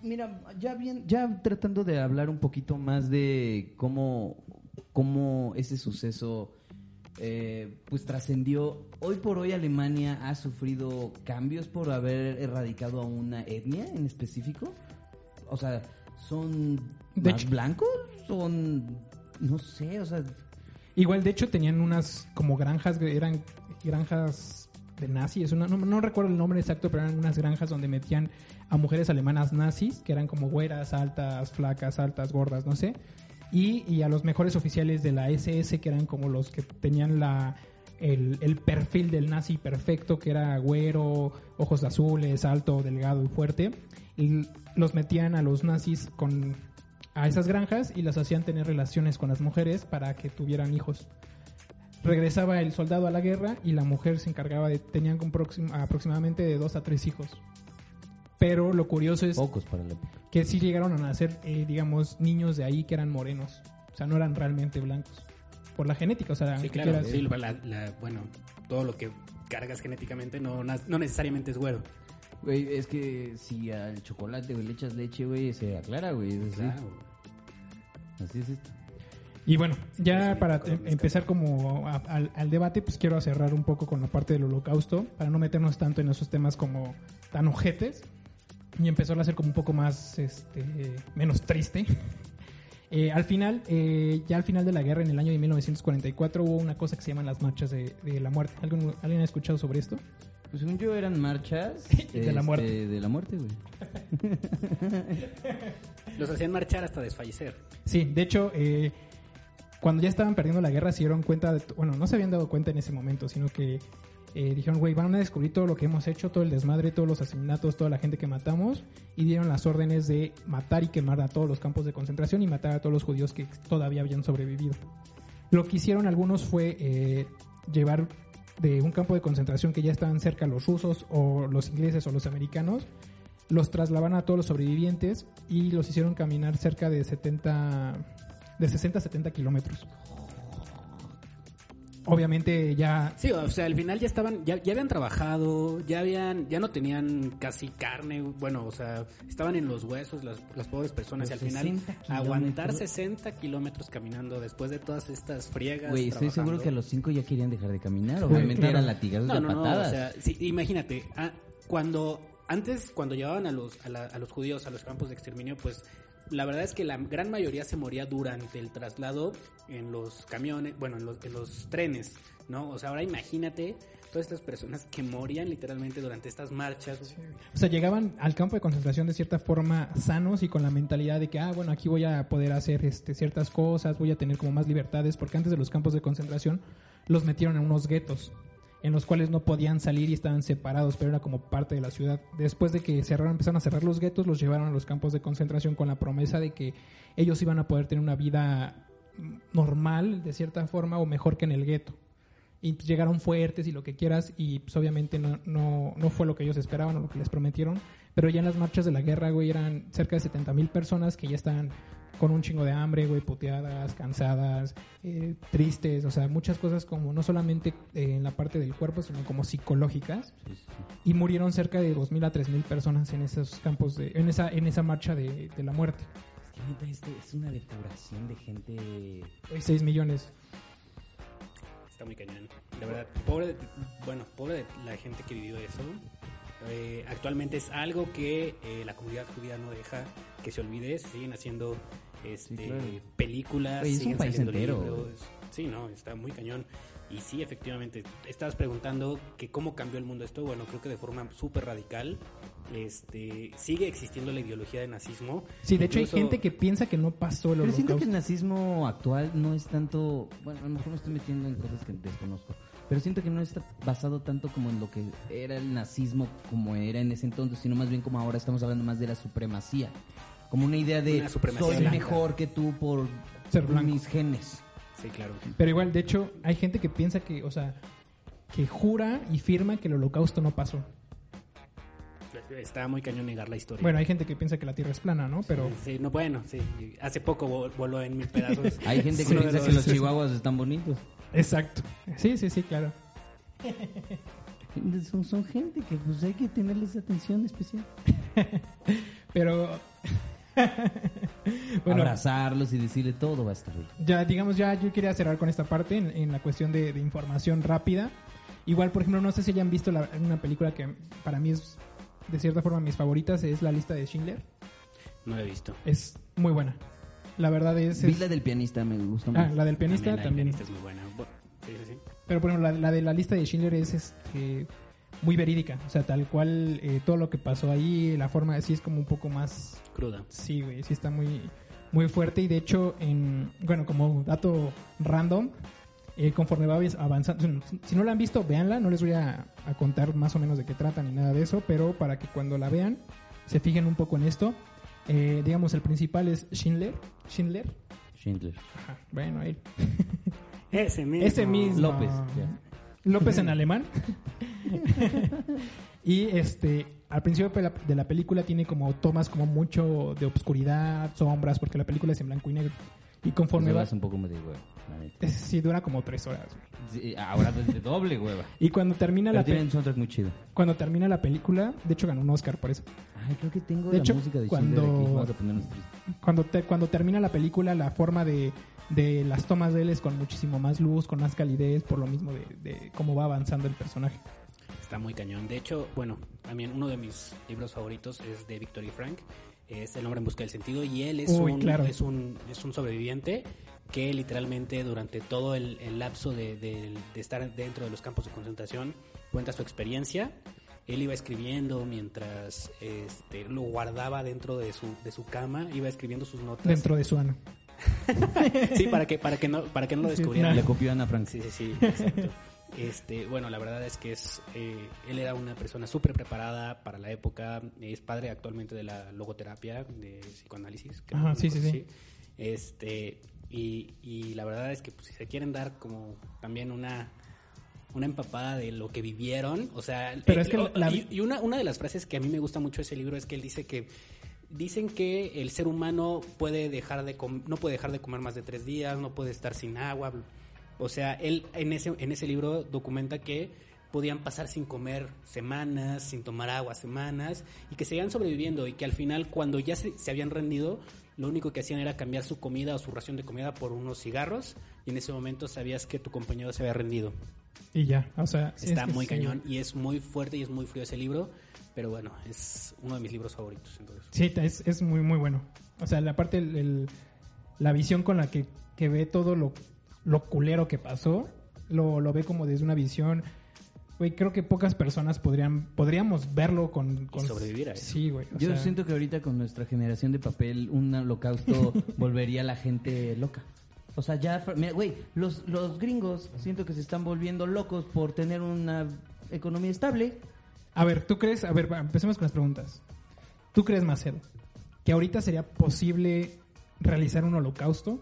Mira, ya bien, ya tratando de hablar un poquito más de cómo, cómo ese suceso eh, pues trascendió. Hoy por hoy Alemania ha sufrido cambios por haber erradicado a una etnia en específico. O sea, son De más hecho- blancos, son no sé, o sea, Igual, de hecho, tenían unas como granjas, que eran granjas de nazis, una, no, no recuerdo el nombre exacto, pero eran unas granjas donde metían a mujeres alemanas nazis, que eran como güeras, altas, flacas, altas, gordas, no sé, y, y a los mejores oficiales de la SS, que eran como los que tenían la... El, el perfil del nazi perfecto que era güero, ojos azules, alto, delgado y fuerte. Y los metían a los nazis con a esas granjas y las hacían tener relaciones con las mujeres para que tuvieran hijos. Regresaba el soldado a la guerra y la mujer se encargaba de, tenían con próxim- aproximadamente de dos a tres hijos. Pero lo curioso es Pocos para la época. que sí llegaron a nacer, eh, digamos, niños de ahí que eran morenos. O sea, no eran realmente blancos. Por la genética, o Ah, sea, Sí, aunque claro. quieras- sí, la- la- bueno, todo lo que cargas genéticamente no, na- no necesariamente es güero. Güey, es que si al chocolate, güey, le echas leche, güey, se aclara, güey. Es así. Claro. Así es esto. Y bueno, ya Sí, para con te- esta- empezar como a- al, al debate, pues quiero cerrar un poco con la parte del holocausto, para no meternos tanto en esos temas como tan ojetes, y empezarlo a hacer como un poco más, este, menos triste. Eh, al final, eh, ya al final de la guerra, en el año de 1944, hubo una cosa que se llaman las marchas de, de la muerte. ¿Alguien, ¿Alguien ha escuchado sobre esto? Pues según yo eran marchas De la muerte. este, De la muerte, güey. Los hacían marchar hasta desfallecer. Sí, de hecho, eh, cuando ya estaban perdiendo la guerra, se dieron cuenta, de- bueno, no se habían dado cuenta en ese momento, sino que eh, dijeron, güey, van a descubrir todo lo que hemos hecho, todo el desmadre, todos los asesinatos, toda la gente que matamos, y dieron las órdenes de matar y quemar a todos los campos de concentración y matar a todos los judíos que todavía habían sobrevivido. Lo que hicieron algunos fue eh, llevar de un campo de concentración que ya estaban cerca los rusos o los ingleses o los americanos, los trasladaban a todos los sobrevivientes y los hicieron caminar cerca de 70, de 60 a 70 kilómetros. Obviamente ya... Sí, o sea, al final ya estaban, ya, ya habían trabajado, ya habían, ya no tenían casi carne, bueno, o sea, estaban en los huesos las, las pobres personas Los Pues y al final 60 aguantar kilómetros. 60 kilómetros caminando después de todas estas friegas. Güey, estoy trabajando. seguro que a los cinco ya querían dejar de caminar. Güey, Obviamente claro. eran latigazos No, de no, no, o patadas. sea, sí, imagínate, ah, cuando antes, cuando llevaban a los, a, la- a los judíos a los campos de exterminio, pues la verdad es que la gran mayoría se moría durante el traslado en los camiones, bueno, en los, en los trenes, ¿no? O sea, ahora imagínate todas estas personas que morían literalmente durante estas marchas. O sea, llegaban al campo de concentración de cierta forma sanos y con la mentalidad de que, ah, bueno, aquí voy a poder hacer este, ciertas cosas, voy a tener como más libertades, porque antes de los campos de concentración los metieron en unos guetos, en los cuales no podían salir y estaban separados, pero era como parte de la ciudad. Después de que cerraron, empezaron a cerrar los guetos, los llevaron a los campos de concentración con la promesa de que ellos iban a poder tener una vida mm, normal, de cierta forma, o mejor que en el gueto y pues, llegaron fuertes y lo que quieras y pues obviamente no, no, no fue lo que ellos esperaban o lo que les prometieron, pero ya en las marchas de la guerra, güey, eran cerca de 70 mil personas que ya estaban con un chingo de hambre, güey, puteadas, cansadas, eh, tristes, o sea, muchas cosas como no solamente eh, en la parte del cuerpo, sino como psicológicas Sí, sí, sí. y murieron cerca de 2.000 a 3.000 personas en esos campos, de, en, esa, en esa marcha de, de la muerte. Es que neta, este es una depuración de gente. Hoy 6 millones. Está muy cañón. La verdad, pobre, de- bueno, pobre de la gente que vivió eso. Eh, actualmente es algo que eh, la comunidad judía no deja que se olvide. Se siguen haciendo este, Sí, claro. películas, Oye, es un siguen país saliendo entero. libros. Sí, no, está muy cañón. Y sí, efectivamente, estabas preguntando que cómo cambió el mundo esto. Bueno, creo que de forma súper radical. Este, sigue existiendo la ideología de nazismo. Sí, de hecho hay Incluso- gente que piensa que no pasó el Pero siento que holocausto. el nazismo actual no es tanto. Bueno, a lo mejor me estoy metiendo en cosas que desconozco. Pero siento que no está basado tanto como en lo que era el nazismo como era en ese entonces, sino más bien como ahora estamos hablando más de la supremacía. Como una idea de Una supremacía soy blanca. mejor que tú por Ser blanco. mis genes. Sí, claro. Pero igual, de hecho, hay gente que piensa que, o sea, que jura y firma que el holocausto no pasó. Está muy cañón negar la historia. Bueno, hay gente que piensa que la Tierra es plana, ¿no? Pero Sí, no, bueno, sí. Hace poco vol- voló en mil pedazos. Hay gente que Uno de piensa los- que los chihuahuas están bonitos. exacto. Sí, sí, sí, claro. Son, son gente que pues hay que tenerles atención especial. Pero bueno, Abrazarlos y decirle todo va a estar bien. ya digamos ya yo quería cerrar con esta parte en, en la cuestión de, de información rápida. Igual, por ejemplo, no sé si hayan visto la- una película que para mí es de cierta forma mis favoritas es La lista de Schindler. No lo he visto. Es muy buena. La verdad es, Vi es- la del pianista, me gusta ah, mucho. la del pianista la también. pianista es muy buena. Bu- Sí, sí, sí. Pero por ejemplo, la, la de la lista de Schindler es este, muy verídica. O sea, tal cual eh, todo lo que pasó ahí, la forma de sí es como un poco más. Cruda. Sí, güey, sí está muy, muy fuerte. Y de hecho, en, bueno, como dato random, eh, conforme va avanzando. Si no la han visto, véanla. No les voy a, a contar más o menos de qué trata ni nada de eso. Pero para que cuando la vean, se fijen un poco en esto. Eh, digamos, el principal es Schindler. Schindler. Schindler. Ajá, bueno, él. Ese mismo. Ese mismo. López, ya. López en alemán. Y este, al principio de la, de la película tiene como tomas como mucho de obscuridad, sombras, porque la película es en blanco y negro. Y conforme Pues va, vas un poco me de hueva, la neta. es- sí dura como tres horas. güey. Sí, ahora desde doble hueva. Y cuando termina Pero la pe- tienen un soundtrack muy chido. cuando termina la película, de hecho ganó un Oscar por eso. Ay, creo que tengo De la hecho, música de cuando- Schindler aquí. Vamos a ponernos tristes. Cuando te- cuando termina la película, la forma de, de las tomas de él es con muchísimo más luz, con más calidez, por lo mismo de, de cómo va avanzando el personaje. Está muy cañón. De hecho, bueno, también uno de mis libros favoritos es de Victor y Frank. Es El hombre en busca del sentido. Y él es, Uy, un, claro. es, un, es un sobreviviente que literalmente durante todo el, el lapso de, de- de estar dentro de los campos de concentración cuenta su experiencia. Él iba escribiendo mientras este, lo guardaba dentro de su, de su cama, iba escribiendo sus notas. Dentro de su ano. Sí, para que, para que, no, para que no lo Sí, descubrieran. Le copió a Ana Frank. Sí, sí, sí, exacto. Este, bueno, la verdad es que es, eh, él era una persona súper preparada para la época, es padre actualmente de la logoterapia, de psicoanálisis. creo, Ajá, una sí, sí, cosa sí. así. Este, y, y la verdad es que pues, si se quieren dar como también una, una empapada de lo que vivieron, o sea, Pero es que oh, la- y, y una, una de las frases que a mí me gusta mucho de ese libro es que él dice que Dicen que el ser humano puede dejar de com- no puede dejar de comer más de tres días, no puede estar sin agua. bl- O sea, él en ese, en ese libro documenta que podían pasar sin comer semanas, sin tomar agua semanas, y que seguían sobreviviendo y que al final cuando ya se, se habían rendido, lo único que hacían era cambiar su comida o su ración de comida por unos cigarros, y en ese momento sabías que tu compañero se había rendido. Y ya, o sea... sí, Está es que muy sí. cañón y es muy fuerte y es muy frío ese libro, pero bueno, es uno de mis libros favoritos. Entonces. Sí, ta- es, es muy, muy bueno. O sea, la parte, el- el- la visión con la que, que ve todo lo, lo culero que pasó, lo, lo ve como desde una visión. Güey, creo que pocas personas podrían, podríamos verlo con. con- sobrevivir a eso. Sí, güey. o Yo sea, siento que ahorita con nuestra generación de papel, un holocausto volvería a la gente loca. O sea, ya, fra- mira, güey, los, los gringos siento que se están volviendo locos por tener una economía estable. A ver, ¿tú crees? A ver, va, empecemos con las preguntas. ¿Tú crees, Marcelo, que ahorita sería posible realizar un holocausto?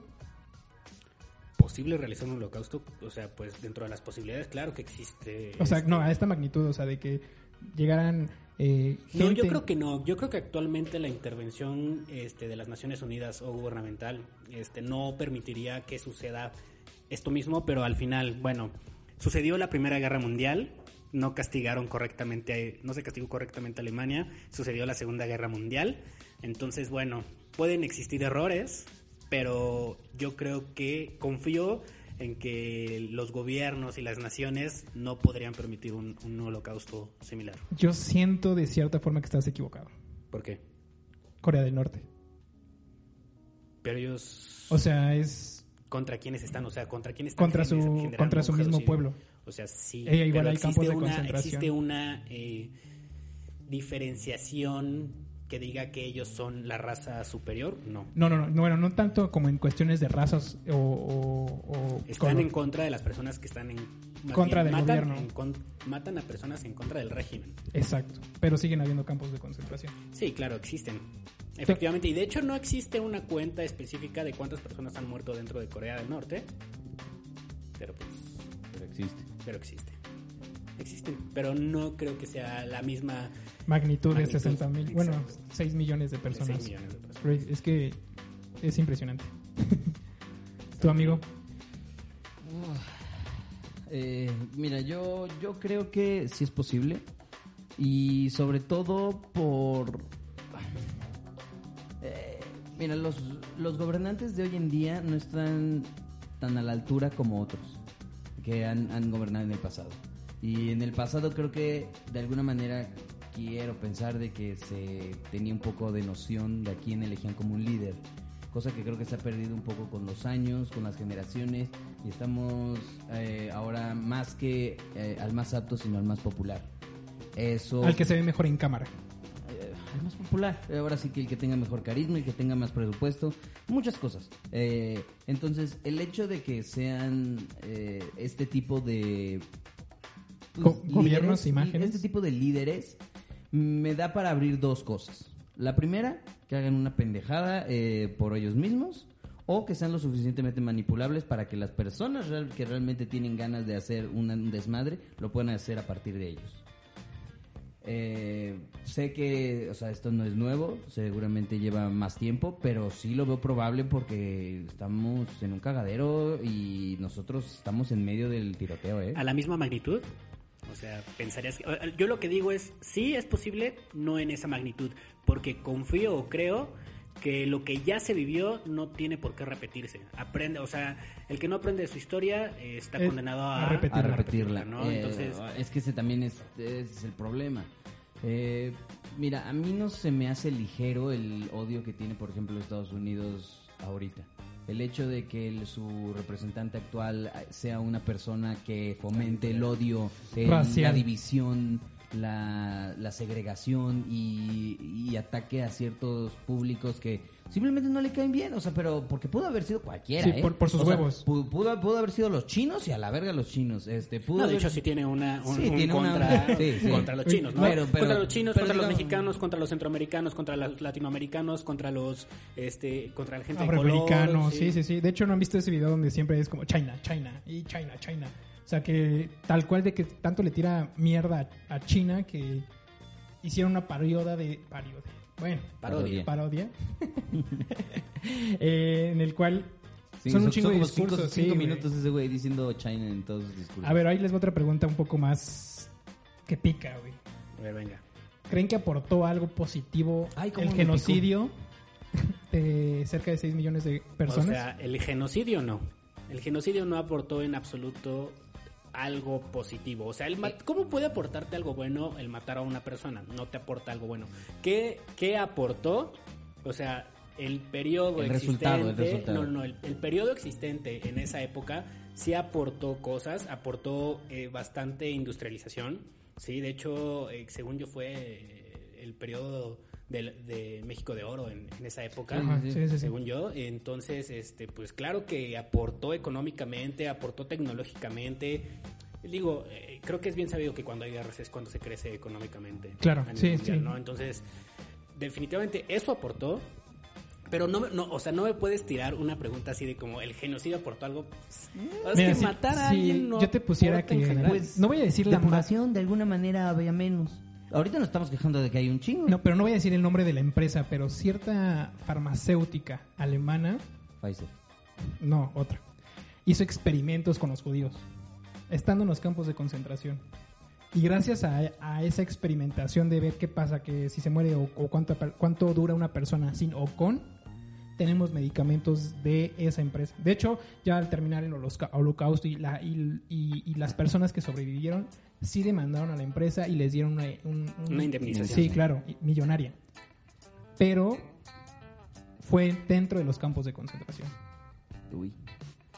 posible realizar un holocausto, o sea, pues dentro de las posibilidades, claro que existe. O sea, este, no, a esta magnitud, o sea, de que llegaran. eh, gente. No, yo creo que no. Yo creo que actualmente la intervención este, de las Naciones Unidas o gubernamental este, no permitiría que suceda esto mismo, pero al final, bueno, sucedió la Primera Guerra Mundial, no castigaron correctamente, a- no se castigó correctamente a Alemania, sucedió la Segunda Guerra Mundial, entonces, bueno, pueden existir errores, pero yo creo que confío en que los gobiernos y las naciones no podrían permitir un, un holocausto similar. Yo siento de cierta forma que estás equivocado. ¿Por qué? Corea del Norte. Pero ellos O sea, es. contra quienes están, o sea, contra quiénes están Contra su- gener- generando contra su un mismo genocidio. pueblo. O sea, sí. Eh, igual pero hay campos de una, concentración. Existe una eh, diferenciación que diga que ellos son la raza superior. No. No, no, no, no, bueno, no tanto como en cuestiones de razas o. o- o Están color. en contra de las personas que están en más Contra del matan, gobierno. en con- matan a personas en contra del régimen. Exacto. Pero siguen habiendo campos de concentración. Sí, claro, existen. Efectivamente, y de hecho no existe una cuenta específica de cuántas personas han muerto dentro de Corea del Norte. Pero pues Pero existe. pero existe. Existen, pero no creo que sea la misma Magnitud, de Magnitud, 60 mil. Bueno, exacto. 6 millones de de seis personas. millones de personas. Güey, Es que es impresionante. tu amigo. Eh, mira, yo, yo creo que sí es posible. Y sobre todo por... Eh, mira, los, los gobernantes de hoy en día no están tan a la altura como otros que han, han gobernado en el pasado. Y en el pasado creo que de alguna manera quiero pensar de que se tenía un poco de noción de a quién elegían como un líder. Cosa que creo que se ha perdido un poco con los años, con las generaciones. Y estamos eh, ahora más que eh, al más apto, sino al más popular. Eso... Al que se ve mejor en cámara. Eh, el más popular. Eh, Ahora sí que el que tenga mejor carisma, el que tenga más presupuesto, muchas cosas. Eh, entonces, el hecho de que sean eh, este tipo de pues, Go- gobiernos, líderes, imágenes. Este tipo de líderes me da para abrir dos cosas. La primera, que hagan una pendejada eh, por ellos mismos o que sean lo suficientemente manipulables para que las personas real- que realmente tienen ganas de hacer una- un desmadre lo puedan hacer a partir de ellos. Eh, sé que, o sea, esto no es nuevo, seguramente lleva más tiempo, pero sí lo veo probable porque estamos en un cagadero y nosotros estamos en medio del tiroteo, ¿eh? ¿A la misma magnitud? O sea, pensarías que... Yo lo que digo es, sí es posible, no en esa magnitud, porque confío o creo que lo que ya se vivió no tiene por qué repetirse. Aprende, o sea, el que no aprende de su historia eh, está Es- condenado a, a repetir. a repetirla. ¿no? Eh, Entonces- es que ese también es, es el problema. Eh, mira, a mí no se me hace ligero el odio que tiene, por ejemplo, Estados Unidos ahorita. El hecho de que el- su representante actual eh, sea una persona que fomente el odio, eh, la Racial. división, la, la segregación y, y ataque a ciertos públicos que simplemente no le caen bien. O sea, pero porque pudo haber sido cualquiera. Sí, ¿eh? por- por sus O sea, huevos. pudo, pudo- pudo haber sido los chinos y a la verga los chinos. Este, pudo No, de haber- hecho sí tiene una un, Sí, un tiene una- contra, sí, sí. contra los chinos, ¿no? Pero- pero- contra los chinos, pero contra los digamos- mexicanos, contra los centroamericanos, contra los latinoamericanos, contra los este, contra la gente de afroamericano, color. sí, sí, sí. De hecho, ¿no han visto ese video donde siempre es como China, China y China, China? O sea, que tal cual de que tanto le tira mierda a a China que hicieron una parodia de... Parodia. Bueno, Parodia. parodia. Eh, en el cual Sí, son un chingo de como discursos. Cinco, sí, cinco güey. minutos ese güey diciendo China en todos sus discursos. A ver, ahí les va otra pregunta un poco más que pica, güey. A ver, venga. ¿Creen que aportó algo positivo Ay, cómo el me genocidio de cerca de 6 millones de personas? O sea, el genocidio no. El genocidio no aportó en absoluto algo positivo. O sea, el mat- ¿cómo puede aportarte algo bueno el matar a una persona? No te aporta algo bueno. ¿Qué, qué aportó? O sea, el periodo El existente. resultado, el resultado. No, no, el, el periodo existente en esa época sí aportó cosas, aportó eh, bastante industrialización. Sí, de hecho, eh, según yo fue eh, el periodo del- de México de Oro en, en esa época Ajá, sí, sí, sí. según yo. Entonces, este, pues claro que aportó económicamente, aportó tecnológicamente. Digo, eh, creo que es bien sabido que cuando hay guerras es cuando se crece económicamente. Claro, a nivel sí, sí. ¿no? Entonces, definitivamente eso aportó. Pero no, me- no, o sea, no me puedes tirar una pregunta así de como el genocidio aportó algo. Es Mira, que si- matar a si alguien no yo te pusiera aporta en que general. pues, no voy a decir la La más, población de alguna manera había menos. Ahorita nos estamos quejando de que hay un chingo. no, pero no voy a decir el nombre de la empresa, pero cierta farmacéutica alemana, Pfizer. no, otra, hizo experimentos con los judíos, estando en los campos de concentración. Y gracias a, a esa experimentación de ver qué pasa, que si se muere o, o cuánto, per- cuánto dura una persona sin o con, tenemos medicamentos de esa empresa. De hecho, ya al terminar el holosca- holocausto y, la- y- y- y las personas que sobrevivieron, sí demandaron a la empresa y les dieron una, un- un- Una indemnización. Sí, claro, y- millonaria. Pero fue dentro de los campos de concentración. Uy.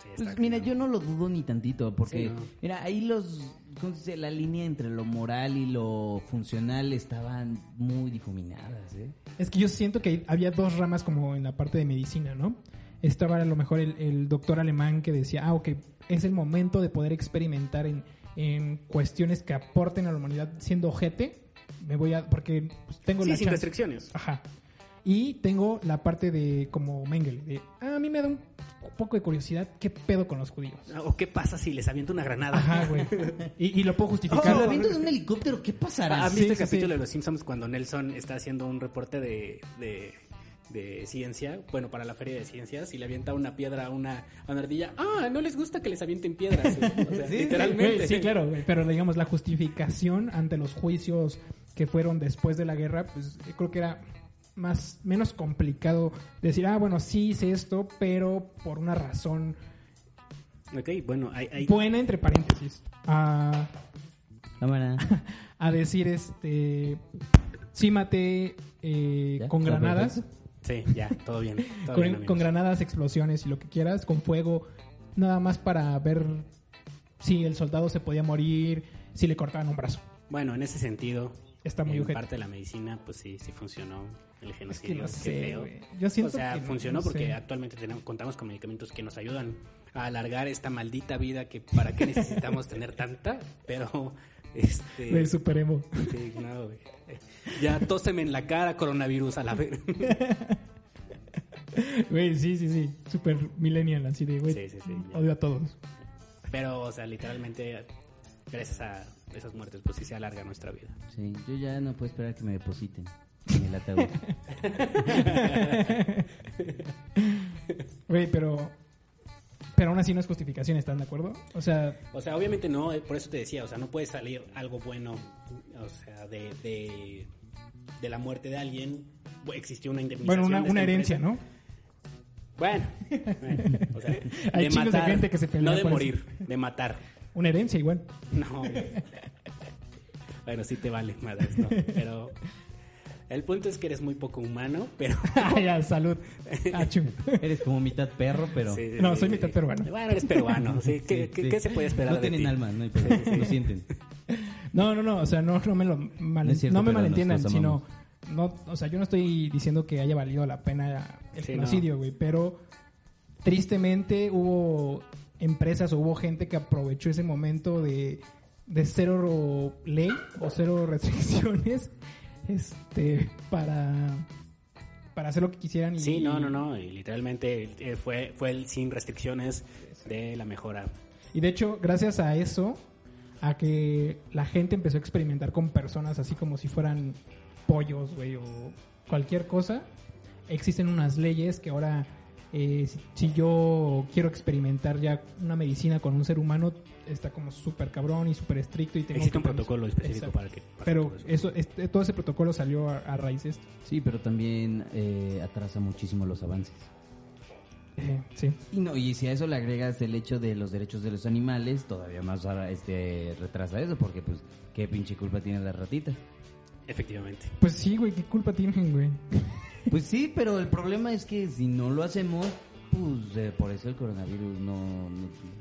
Sí, está Pues mira, cañón. yo no lo dudo ni tantito, porque Sí, no. mira, ahí los ¿cómo se dice? la línea entre lo moral y lo funcional estaban muy difuminadas, ¿eh? Es que yo siento que había dos ramas como en la parte de medicina, ¿no? Estaba a lo mejor el, el doctor alemán que decía, ah, ok, es el momento de poder experimentar en, en cuestiones que aporten a la humanidad siendo ojete. Me voy a... porque pues, tengo Sí, la sin chance. restricciones. Ajá. Y tengo la parte de como Mengele, de, "Ah, a mí me da un poco de curiosidad qué pedo con los judíos. ¿O qué pasa si les aviento una granada? Ajá, güey. Y, y lo puedo Si justificar. lo Oh, avientas de un helicóptero, ¿qué pasará? ¿Has sí, visto el sí, este sí. capítulo de Los Simpsons cuando Nelson está haciendo un reporte de, de, de ciencia? Bueno, para la feria de ciencias y le avienta una piedra a una, a una ardilla. Ah, no les gusta que les avienten piedras. O sea, literalmente. Güey, sí, claro, güey, pero digamos, la justificación ante los juicios que fueron después de la guerra, pues yo creo que era más menos complicado decir, ah, bueno, sí hice esto, pero por una razón Ok, bueno, hay, hay- buena, entre paréntesis, a, Cámara. a decir, este, sí maté eh, ¿Ya? con Ah, granadas, Sí, ya, todo bien. todo bien, con, amigos. con granadas, explosiones y lo que quieras, con fuego, nada más para ver si el soldado se podía morir, si le cortaban un brazo. Bueno, en ese sentido, Está muy en ojete. parte de la medicina, pues sí, sí funcionó el Es que genocidio. no qué sé, feo. güey. Yo O siento sea, que no- funcionó no porque sé. actualmente tenemos, contamos con medicamentos que nos ayudan a alargar esta maldita vida que para qué necesitamos tener tanta, pero este Güey, super emo. Sí, no, güey. Ya tóseme en la cara, coronavirus, a la vez. Güey, sí, sí, sí. Super millennial, así de, güey. Sí, sí, sí, ya. Odio a todos. Pero, o sea, literalmente gracias a esas muertes, pues sí se alarga nuestra vida. Sí, yo ya no puedo esperar que me depositen en el ataúd. Güey, pero. Pero aún así no es justificación, ¿están de acuerdo? O sea, O sea, obviamente no, eh, por eso te decía, o sea, no puede salir algo bueno, o sea, de, de, de la muerte de alguien. Bu- Existió una indemnización. bueno, una, de esta una empresa. herencia, ¿no? Bueno, bueno, o sea, Hay de chingos de matar, gente que se pelea no de por eso. morir, de matar. Una herencia igual. No. bueno, sí te vale, madres, no, pero el punto es que eres muy poco humano, pero Ay, ya, salud. Ah, Achú. Eres como mitad perro, pero Sí, No, sí, soy sí. mitad peruano. Bueno, eres peruano, sí, ¿Qué, qué- Ah, sí. qué se puede no esperar de tienen ti? alma, no hay problema, lo sienten. No, no, no, o sea, no, no me lo mal- No es cierto, no me pero malentiendan, nos- nos sino amamos. no, o sea, yo no estoy diciendo que haya valido la pena el Sí, genocidio, güey, pero tristemente hubo empresas o hubo gente que aprovechó ese momento de, de cero ley o cero restricciones este para para hacer lo que quisieran y Sí, no, no, no, y literalmente eh, fue, fue el sin restricciones de la mejora. Y de hecho, gracias a eso, a que la gente empezó a experimentar con personas así como si fueran pollos, güey, o cualquier cosa, existen unas leyes que ahora, eh, si, si yo quiero experimentar ya una medicina con un ser humano, está como súper cabrón y súper estricto. y tengo Existe que un protocolo específico Exacto. para que... para Pero todo eso. eso, este- todo ese protocolo salió a, a raíz de esto. Sí, pero también eh, atrasa muchísimo los avances. Eh, sí. Y no, y si a eso le agregas el hecho de los derechos de los animales, todavía más ahora este retrasa eso, porque pues qué pinche culpa tienen las ratitas. Efectivamente. Pues sí, güey, ¿qué culpa tienen, güey? Pues sí, pero el problema es que si no lo hacemos, pues eh, por eso el coronavirus no, no...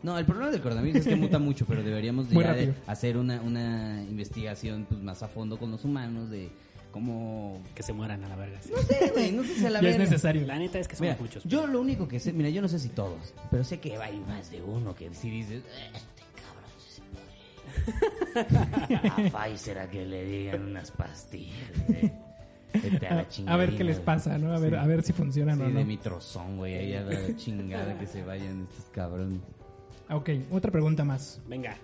No, el problema del coronavirus es que muta mucho, pero deberíamos de Muy ya de rápido. hacer una, una investigación pues, más a fondo con los humanos de cómo... Que se mueran a la verga. sí. No sé, güey, no sé si a la Ya es verga. necesario. La neta es que somos Mira, muchos. yo lo único que sé, mira, yo no sé si todos, pero sé que hay más de uno que si dices, este cabrón se puede. A Pfizer a que le digan unas pastillas. eh. Vete a, la A, a ver qué les chingada. pasa, ¿no? A ver, Sí. a ver si funcionan Sí, o no. de mi trozón, güey. Ahí a la chingada que se vayan estos cabrones. Ok, otra pregunta más. Venga.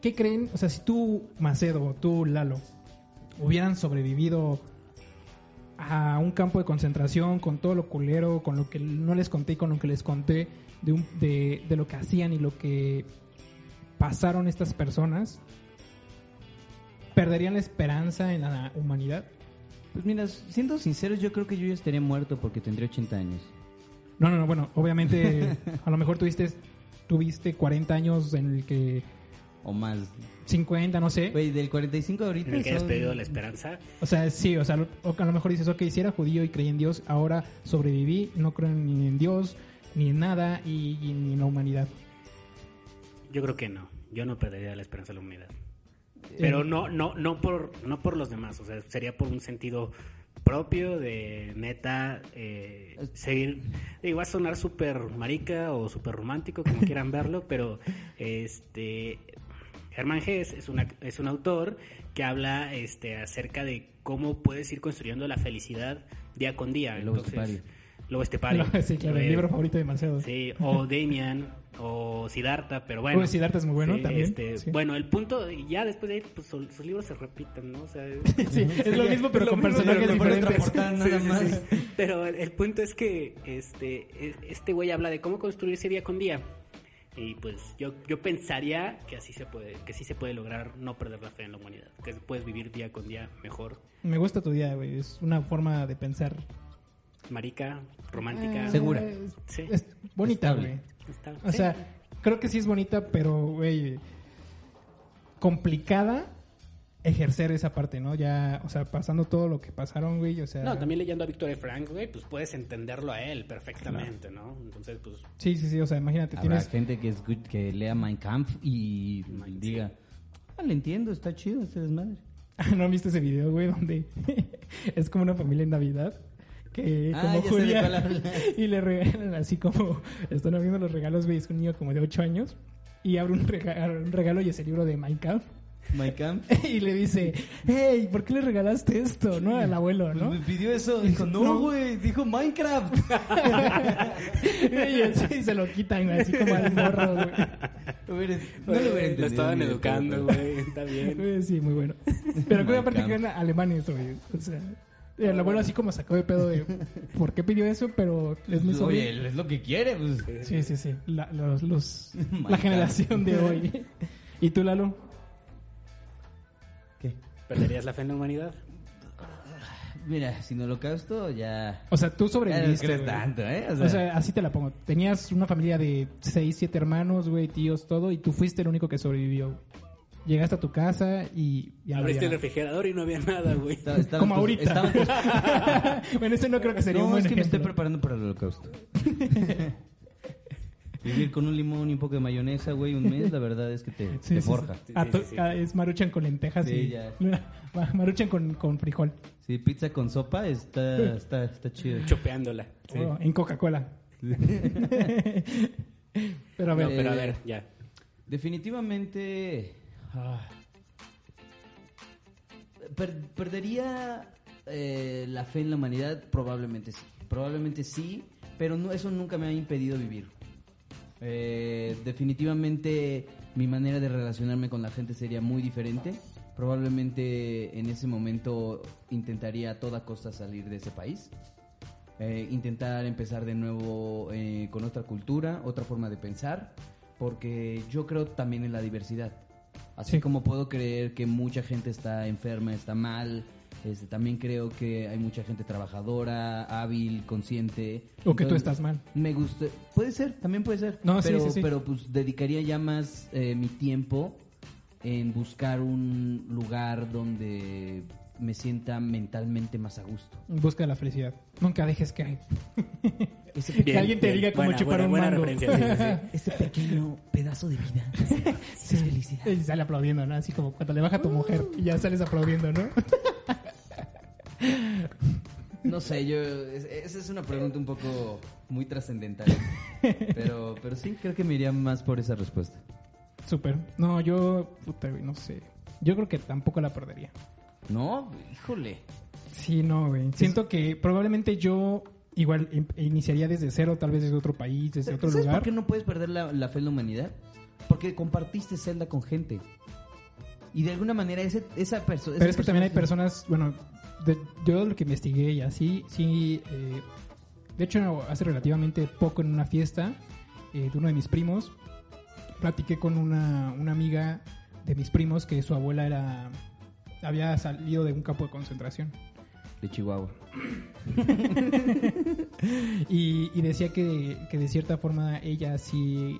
¿Qué creen? O sea, si tú, Macedo, o tú, Lalo, hubieran sobrevivido a un campo de concentración con todo lo culero, con lo que no les conté y con lo que les conté de, un- de, de lo que hacían y lo que pasaron estas personas, ¿perderían la esperanza en la humanidad? Pues mira, siendo sinceros, yo creo que yo ya estaría muerto porque tendría 80 años. No, no, no, bueno, obviamente a lo mejor tuviste, tuviste 40 años en el que O más. 50, no sé. Güey, del 45 ahorita. En el que hayas son- perdido la esperanza. O sea, sí, o sea, lo- o que a lo mejor dices, ok, si era judío y creí en Dios, ahora sobreviví, no creo ni en Dios, ni en nada, y, y ni en la humanidad. Yo creo que no. Yo no perdería la esperanza de la humanidad. Eh, Pero no, no, no por, no por los demás. O sea, sería por un sentido propio de neta eh, seguir. Digo, va a sonar súper marica o súper romántico, como quieran verlo, pero este. Germán Hess es, una- es un autor que habla este, acerca de cómo puedes ir construyendo la felicidad día con día. Lobo Entonces, Estepario. Lobo Estepario. sí, claro, Eh, el libro favorito de Macedo. Sí, o Damian, o Siddhartha, pero bueno. este, Uy, Siddhartha es muy bueno también, sí. Bueno, el punto, y ya después de ahí, pues su- sus libros se repiten, ¿no? O sea, Sí, es lo mismo, pero Lo con mismo, personajes pero con otra diferentes. portada, Sí, nada sí, más. sí. Pero el, el punto es que este, e- este güey habla de cómo construirse día con día. Y pues yo, yo pensaría que así se puede, que sí se puede lograr no perder la fe en la humanidad, que puedes vivir día con día mejor, Me gusta tu día, güey, es una forma de pensar. marica, romántica. Eh, Segura. Es, Sí. es bonita, Estable. güey. Está- O sí. sea, creo que sí es bonita, pero, güey, complicada ejercer esa parte, ¿no? Ya, o sea, pasando todo lo que pasaron, güey, o sea... No, también leyendo a Víctor Frank, güey, pues puedes entenderlo a él perfectamente, ¿no? Entonces, pues Sí, sí, sí, o sea, imagínate, Habrá tienes... gente que, es good- que lea Mein Kampf y Mein- diga, ah, le entiendo, está chido este desmadre. Ah, ¿No viste ese video, güey? Donde es como una familia en Navidad. Que Ah, como ya sé de cuál Julia. hablas. Y le regalan así como. Están abriendo los regalos, güey. Es un niño como de 8 años. Y abre un rega- un regalo, y es el libro de Minecraft. My Camp. y le dice, hey, ¿por qué le regalaste esto? No al abuelo, Pues ¿no? me pidió eso. Dijo, No. no, güey. Dijo Minecraft. y así se lo quitan, güey, así como al morro, güey. No lo hubiera Lo entendido, estaban mira, educando, pero- güey. Está bien. Eh, Sí, muy bueno. Pero creo que aparte Camp. que eran alemanes, güey. O sea, el abuelo así como sacó de pedo de por qué pidió eso, pero es mi Pues, Oye, sobrino. él es lo que quiere, pues. Sí, sí, sí. La, los, los- My la God. generación de hoy. ¿Y tú, Lalo? ¿Qué? ¿Perderías la fe en la humanidad? Mira, sin holocausto ya... O sea, tú Ya no sobreviviste. crees güey. tanto, ¿eh? O sea, así te la pongo. Tenías una familia de seis, siete hermanos, güey, tíos, todo, y tú fuiste el único que sobrevivió. güey. Llegaste a tu casa y ya no Abriste el había refrigerador y no había nada, güey. Está- estaban Como tus- ahorita. estaban tus- nada. bueno, ese no creo que sería un no, buen es que me estoy ejemplo. preparando para el holocausto. Vivir con un limón y un poco de mayonesa, güey, un mes, la verdad es que te, Sí, te sí, forja. sí. Sí, Ah, sí, tú- sí, sí. ah, Es maruchan con lentejas Sí, y... ya. Maruchan con, con frijol. Sí, pizza con sopa está, está, está chido. Chopeándola. Sí. O Oh, en Coca-Cola. Pero a ver, No, pero a ver, ya. Definitivamente. ah, per- ¿Perdería eh, la fe en la humanidad? Probablemente sí. Probablemente sí, pero no, eso nunca me ha impedido vivir. Eh, definitivamente mi manera de relacionarme con la gente sería muy diferente. Probablemente en ese momento intentaría a toda costa salir de ese país. Eh, intentar empezar de nuevo eh, con otra cultura, otra forma de pensar, porque yo creo también en la diversidad. Así Sí. como puedo creer que mucha gente está enferma, está mal, este, también creo que hay mucha gente trabajadora, hábil, consciente. o que tú Entonces, estás mal. Me gusta, puede ser, también puede ser. No, sí, pero, sí, sí. pero pues dedicaría ya más eh, mi tiempo en buscar un lugar donde me sienta mentalmente más a gusto. Busca la felicidad. Nunca dejes que, Ese que alguien te diga cómo Buena, chupar buena, un buena mango. referencia, sí, Ese pequeño pedazo de vida es felicidad. Y sale aplaudiendo, ¿no? Así como cuando le baja a tu mujer y ya sales aplaudiendo, ¿no? No sé, yo. es- Esa es una pregunta un poco muy trascendental. Pero, pero sí, creo que me iría más por esa respuesta. Súper. No, yo, puta, güey, no sé. Yo creo que tampoco la perdería. No, híjole. Sí, no, güey. Siento que probablemente yo igual in- iniciaría desde cero, tal vez desde otro país, desde otro ¿Sabes lugar. por qué no puedes perder la, la fe en la humanidad? Porque compartiste celda con gente. Y de alguna manera ese, esa persona. Pero es que también hay personas, bueno, de- yo lo que investigué y así, sí, eh, de hecho hace relativamente poco en una fiesta eh, de uno de mis primos, platiqué con una, una amiga de mis primos que su abuela era había salido de un campo de concentración De Chihuahua. y, y decía que, que de cierta forma ella sí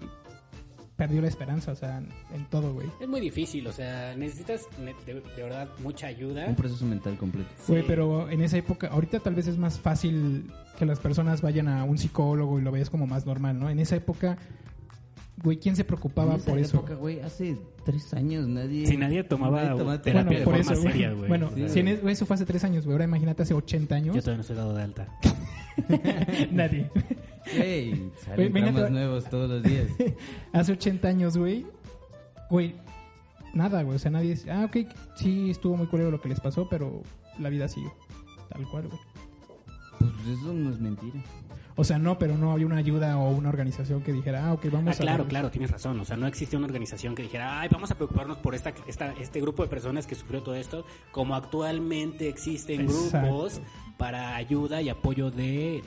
perdió la esperanza, o sea, en todo, güey. Es muy difícil, o sea, necesitas ne- de, de verdad mucha ayuda. Un proceso mental completo. Sí. Güey, pero en esa época, ahorita tal vez es más fácil que las personas vayan a un psicólogo y lo veas como más normal, ¿no? En esa época, güey, ¿quién se preocupaba En esa por eso? época, güey, hace tres años nadie. Si nadie tomaba terapia Bueno, de por forma eso, güey. seria, güey. Bueno, Sí, si en es- eso fue hace tres años, güey. Ahora imagínate hace 80 Yo años. todavía no soy dado de alta. Nadie. Ey, Güey, salen me encanta- dramas nuevos todos los días. hace 80 años, güey. Güey, nada, güey. O sea, nadie dice, ah, ok, sí, estuvo muy culero lo que les pasó, pero la vida sigue. Tal cual, güey. Pues eso no es mentira. O sea, no, pero no había una ayuda o una organización que dijera, ah, ok, vamos Ah, claro, a... claro, tienes razón. O sea, no existía una organización que dijera, ay, vamos a preocuparnos por esta, esta- este grupo de personas que sufrió todo esto, como actualmente existen Exacto. grupos para ayuda y apoyo de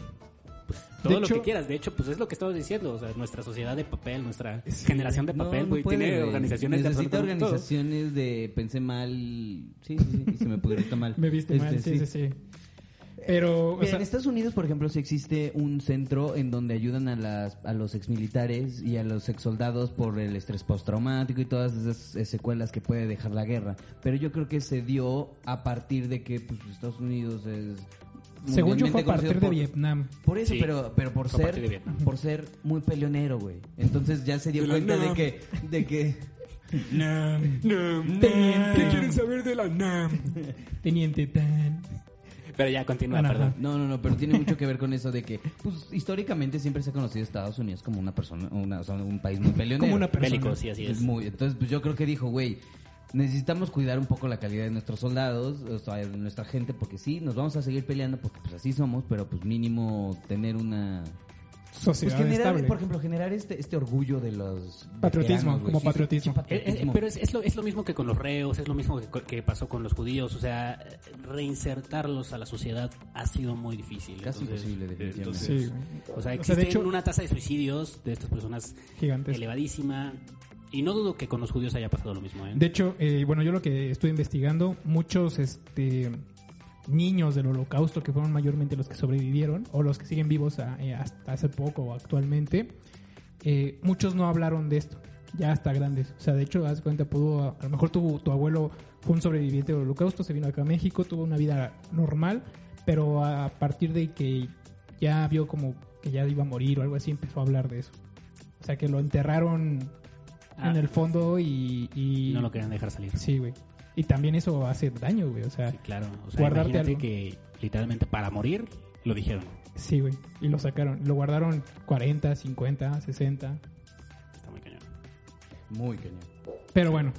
pues, todo De lo hecho- que quieras. De hecho, pues es lo que estabas diciendo. O sea, nuestra sociedad de papel, nuestra Sí, generación de papel, güey, puede, tiene güey. organizaciones de Necesita absolutamente todo. organizaciones de pensé mal. Sí, sí, sí. y se me pudo mal. Me viste mal, Este, sí, sí, sí. Pero, o Mira, sea, en Estados Unidos, por ejemplo, sí existe un centro en donde ayudan a, las, a los exmilitares y a los exsoldados por el estrés postraumático y todas esas eh, secuelas que puede dejar la guerra. Pero yo creo que se dio a partir de que pues, Estados Unidos es. según yo mundialmente fue a partir conocido de por- Vietnam. Por eso, Sí. pero, pero por Fue a partir de ser, Vietnam. por ser muy peleonero, güey. Entonces ya se dio De la cuenta de NAM. que, de que Teniente. saber de la NAM? Teniente Tan. Pero ya continúa, Ajá. perdón. No, no, no, pero tiene mucho que ver con eso de que, pues, históricamente siempre se ha conocido a Estados Unidos como una persona, una, o sea, un país muy peleonero. Como una persona. Bélico, sí, así Pues, es. muy- entonces, pues yo creo que dijo, güey, necesitamos cuidar un poco la calidad de nuestros soldados, o sea, de nuestra gente, porque sí, nos vamos a seguir peleando porque pues así somos, pero pues mínimo tener una... Pues Sociedad generar, estable. por ejemplo, generar este, este orgullo de los Patriotismo, veteranos, güey. como Sí, sí, patriotismo. sí, Eh, eh, patriotismo. pero es, es lo, es lo mismo que con los reos, es lo mismo que, co- que pasó con los judíos, o sea, reinsertarlos a la sociedad ha sido muy difícil. Casi imposible, definitivamente. Sí, entonces, güey. O sea, de existe hecho- Pues una tasa de suicidios de estas personas Gigantesco. elevadísima y no dudo que con los judíos haya pasado lo mismo. ¿eh? De hecho, eh, bueno, yo lo que estuve investigando, muchos este, niños del holocausto, que fueron mayormente los que sobrevivieron, o los que siguen vivos a- eh, hasta hace poco o actualmente, eh, muchos no hablaron de esto, ya hasta grandes. O sea, de hecho, haz de cuenta, pudo, a lo mejor tu, tu abuelo fue un sobreviviente del holocausto, se vino acá a México, tuvo una vida normal, pero a partir de que ya vio como que ya iba a morir o algo así, empezó a hablar de eso. O sea, que lo enterraron Ah, en el fondo y, y- no lo querían dejar salir. Sí, güey. Y también eso hace daño, güey. O sea, Sí, claro. O sea, Guardarte imagínate algo. que literalmente para morir lo dijeron. sí, güey. Y lo sacaron. Lo guardaron 40, 50, 60. Está muy cañón. Muy cañón. Pero bueno,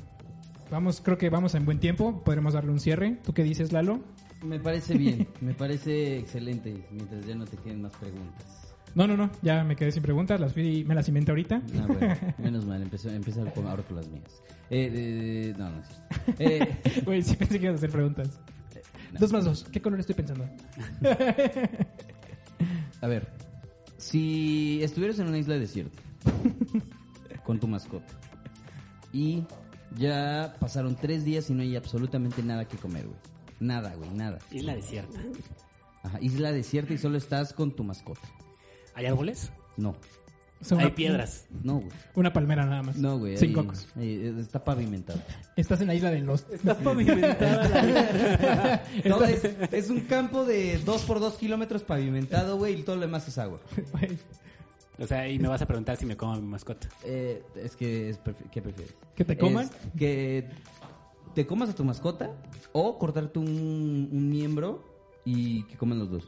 vamos, creo que vamos en buen tiempo. Podremos darle un cierre. ¿Tú qué dices, Lalo? Me parece bien, me parece excelente, mientras ya no te queden más preguntas. No, no, no. Ya me quedé sin preguntas. Las fui, me las inventé ahorita. Ah, bueno, menos mal, empezó, empieza con, ahora con las mías. Eh, eh, no, no es cierto. Eh, Güey, sí pensé que ibas a hacer preguntas. Dos más dos. ¿Qué color estoy pensando? a ver, si estuvieras en una isla desierta con tu mascota y ya pasaron tres días y no hay absolutamente nada que comer, güey. Nada, güey, nada. Isla desierta. Ajá, isla desierta y solo estás con tu mascota. ¿Hay árboles? No, O sea, Hay una- piedras. no, güey. Una palmera nada más. No, güey. Sin ahí- cocos. ahí eh, está pavimentado. Estás en la isla de Lost. No, es, es un campo de 2 por 2 kilómetros pavimentado, güey, y todo lo demás es agua. Güey, O sea, y me vas a preguntar si me como a mi mascota. Eh, es que es prefi- ¿qué prefieres? ¿Que te coman? Es que te comas a tu mascota o cortarte un, un miembro y que coman los dos.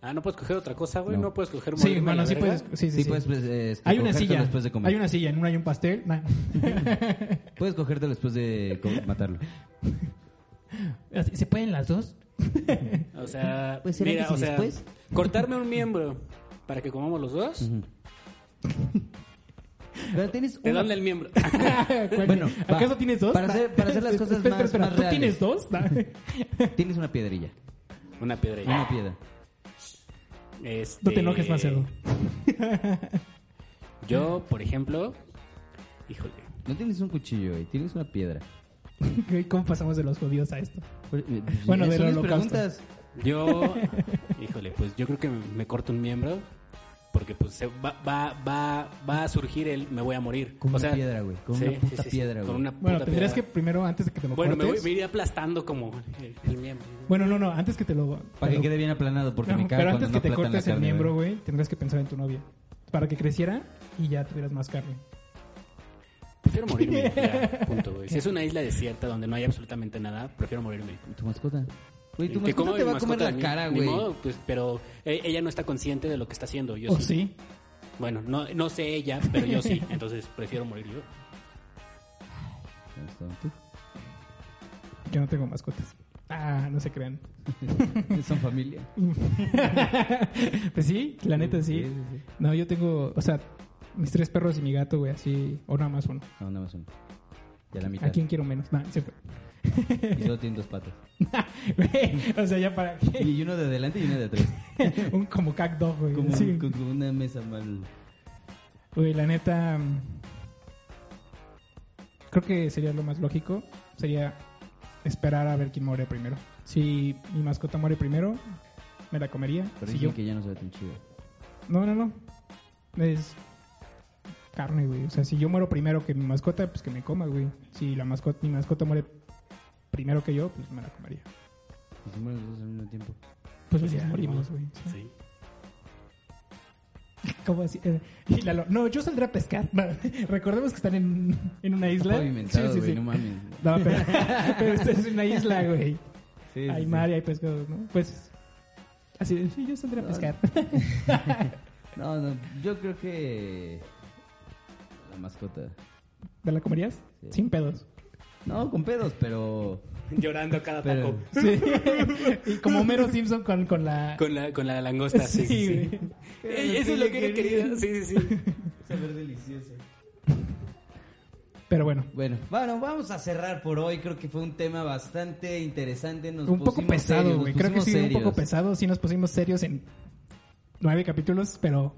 Ah, no puedes coger otra cosa, güey. No. No. puedes coger Sí, morirme a bueno, la sí verga? puedes. Sí, sí, sí. puedes pues, eh, este, Hay una cogértelo silla. después de comer. Hay una silla, en una hay un pastel. Nah. Puedes cogértelo después de co- matarlo. Así, ¿Se pueden las dos? O sea, Pues, ¿será mira, que si o sea, después? cortarme un miembro para que comamos los dos. Pero tienes ¿De una- dónde el miembro? Bueno, va. ¿acaso tienes dos? Para hacer- para hacer las cosas Espera, más- espera, más ¿Tú reales. tienes dos? Nah. tienes una piedrilla, Una piedra. una piedra. Este, No te enojes, Macedo. Yo, por ejemplo, híjole, No tienes un cuchillo, güey, tienes una piedra. Güey, ¿Cómo pasamos de los judíos a esto? Por- eh, Bueno, son del mis holocausto. preguntas. yo, híjole, pues yo creo que me corto un miembro porque pues se va, va, va, va a surgir el me voy a morir. Con o una sea, piedra, güey, con una puta piedra, con güey. una Bueno, puta tendrías piedra. que primero, antes de que te lo Bueno, me, voy, cortes. me iría aplastando como el, el miembro. Bueno, no, no, antes que te lo. Para te que lo- quede bien aplanado porque No, me cago pero cuando antes no que te aplatan la cortes el carne, miembro, güey. güey, tendrás que pensar en tu novia. Para que creciera y ya tuvieras más carne. Prefiero morirme, ya, punto, güey. Si es una isla desierta donde no hay absolutamente nada, prefiero morirme. Tu mascota. Güey, tu Que coma mascota te mi va a comer mascota, la ni- cara, ni güey. modo, pues, pero eh, ella no está consciente de lo que está haciendo. Yo ¿O ¿Oh, sí. sí? Bueno, no, no sé ella, pero yo sí. Entonces prefiero morir yo. Ya está, tú. Yo no tengo mascotas. Ah, no se crean. Son familia. Pues sí, la neta sí. Sí, sí, sí. No, yo tengo, o sea, mis tres perros y mi gato, güey, así, o nada más uno. No, nada más uno. Ya la mitad. ¿A quién quiero menos? Nah, se fue. Y solo tiene dos patas. Güey, o sea, ya para qué. Y uno de adelante y uno de atrás. Un como cac dog, güey. Como, Sí. como una mesa mal. Güey, la neta. mm, Creo que sería lo más lógico. Sería esperar a ver quién muere primero. Si mi mascota muere primero, me la comería. Pero Si dicen yo- que ya no se ve tan chido. No, no, no. Es carne, güey. O sea, si yo muero primero que mi mascota, pues que me coma, güey. Si la mascota, mi mascota muere primero que yo, pues me la comería. Y se mueren los dos al mismo tiempo. Pues, Pues ya ya, morimos, ni güey. Sí. Sí. ¿Cómo así? Eh, y Lalo, no, yo saldré a pescar. No, Recordemos que están en, en una isla. Pavimentado, güey, no mames. No, pero, pero esta es una isla, güey. Sí, hay sí, mar y hay pescado, ¿no? Pues así de, sí, yo saldré a No, pescar. sí. No, no, yo creo que. La mascota. ¿Te la comerías? Sí. Sin pedos. No, con pedos, pero. Llorando cada pero taco. Sí. y como Homero Simpson con, con la... Con la, con la langosta, sí, sí, sí. güey. Eh, Eso es lo que he querido. Sí, sí, sí. Saber delicioso. Pero bueno, Bueno, Bueno, vamos a cerrar por hoy. Creo que fue un tema bastante interesante. Nos un poco pusimos serios, pesado, nos güey. Creo que pusimos sí, un poco serios. pesado. Sí nos pusimos serios en nueve capítulos, pero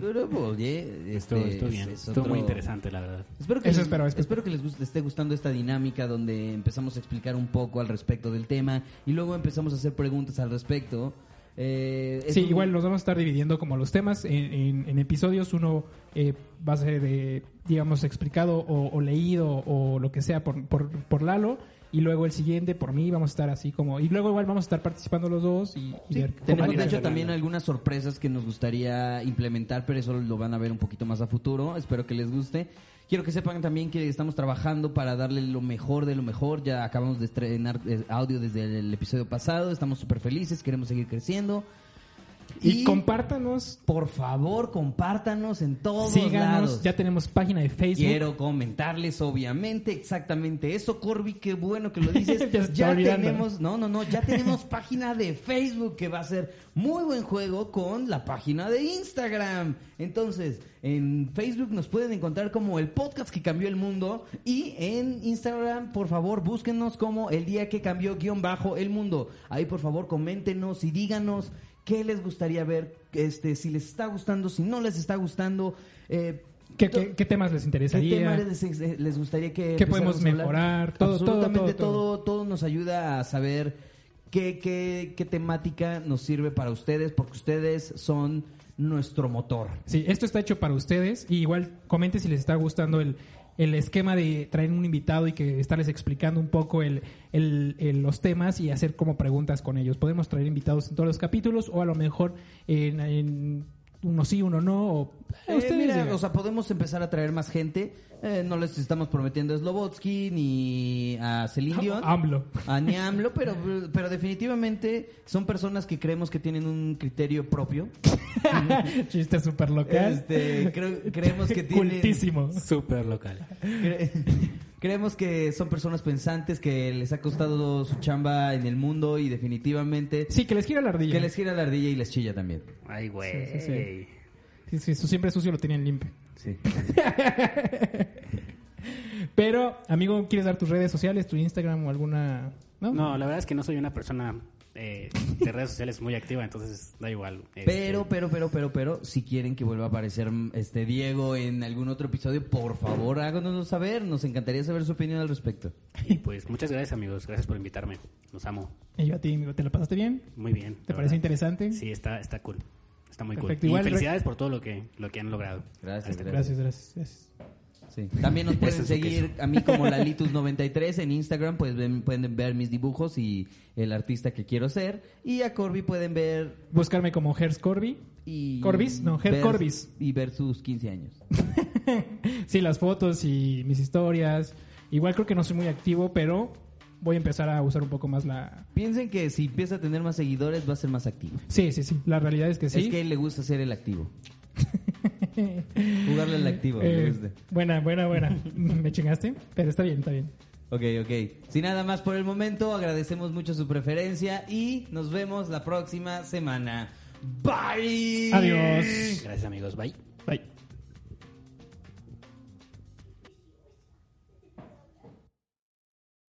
Pero, oye, Estuvo, pues, este, estuvo es- bien. es Estuvo muy otro- interesante, la verdad. Espero que, Eso les, espero, espero. espero que les guste- les esté gustando esta dinámica donde empezamos a explicar un poco al respecto del tema y luego empezamos a hacer preguntas al respecto. Eh, es sí, un- igual los vamos a estar dividiendo como los temas en, en- en episodios. Uno eh, va a ser, eh, digamos, explicado o, o leído o lo que sea por, por, por Lalo. Y luego el siguiente por mí vamos a estar así como... Y luego igual vamos a estar participando los dos y, y Sí, ver cómo van tenemos a de ir hecho alternando. también algunas sorpresas que nos gustaría implementar, pero eso lo van a ver un poquito más a futuro. Espero que les guste. Quiero que sepan también que estamos trabajando para darle lo mejor de lo mejor. Ya acabamos de estrenar eh, audio desde el episodio pasado. Estamos súper felices, queremos seguir creciendo. Y, compártanos, por favor compártanos en todos síganos. lados. Ya tenemos página de Facebook. Quiero comentarles, obviamente, exactamente eso, Corby. Qué bueno que lo dices. Ya se ya está olvidando. tenemos, no, no, no, ya tenemos página de Facebook que va a ser muy buen juego con la página de Instagram. Entonces, en Facebook nos pueden encontrar como el podcast que cambió el mundo y en Instagram, por favor, búsquenos como el día que cambió guión bajo el mundo. Ahí, por favor, coméntenos y díganos qué les gustaría ver, este, si les está gustando, si no les está gustando. Eh, ¿Qué, qué, qué temas les ¿Qué interesaría? tema les, les gustaría que ¿Qué podemos empezáramos a hablar? mejorar? Todo, todo, Absolutamente todo, todo. todo, todo nos ayuda a saber qué, qué, qué temática nos sirve para ustedes, porque ustedes son nuestro motor. Sí, esto está hecho para ustedes. Y igual comenten si les está gustando el, el esquema de traer un invitado y que estarles explicando un poco el, el- el- los temas y hacer como preguntas con ellos. Podemos traer invitados en todos los capítulos o a lo mejor en, en uno sí, uno no. O, eh, Eh, ustedes mira, digan. o sea, podemos empezar a traer más gente. Eh, no les estamos prometiendo a Slobotsky ni a Ah, Celine Dion. AMLO. a ni a AMLO, pero, pero definitivamente son personas que creemos que tienen un criterio propio. Chiste súper local. Este, creo- creemos que tienen... Cultísimo. Súper local. Cre- Creemos que son personas pensantes que les ha costado su chamba en el mundo y definitivamente Sí, que les gira la ardilla. que les gira la ardilla y les chilla también. Ay, güey. Sí, sí, sí. Sí, sí, su- siempre sucio lo tienen limpio. Sí. Pero, amigo, ¿quieres dar tus redes sociales, tu Instagram o alguna...? No, No, la verdad es que no soy una persona eh, de redes sociales muy activa, entonces da igual. Este, Pero, pero, pero, pero, pero, si quieren que vuelva a aparecer mm, este Diego en algún otro episodio, por favor háganoslo saber. Nos encantaría saber su opinión al respecto. Y pues muchas gracias, amigos. Gracias por invitarme. Los amo. Y yo a ti, amigo, ¿te la pasaste bien? Muy bien. ¿Te la parece verdad. interesante? Sí, está, está cool. Está muy Perfecto, cool. igual- y felicidades por todo lo que, lo que han logrado. Gracias, Hasta- Este, Gracias, gracias. gracias. Sí. También nos pueden Eso es lo que seguir a mí como Lalitus93 en Instagram, pues ven- pueden ver mis dibujos y el artista que quiero ser. Y a Corby pueden ver Buscarme como Hers Corby. y... Corbis, no, Ger ver- Corbis. Y ver sus 15 años. Sí, las fotos y mis historias. Igual creo que no soy muy activo, pero voy a empezar a usar un poco más la... Piensen que si empieza a tener más seguidores va a ser más activo. Sí, sí, sí. La realidad es que sí. Es que a él le gusta ser el activo. Jugarle al activo. le Eh, gusta. buena, buena, buena. Me chingaste, pero está bien, está bien. Ok, ok. Sin nada más por el momento, agradecemos mucho su preferencia y nos vemos la próxima semana. Bye. Adiós. Gracias, amigos. Bye.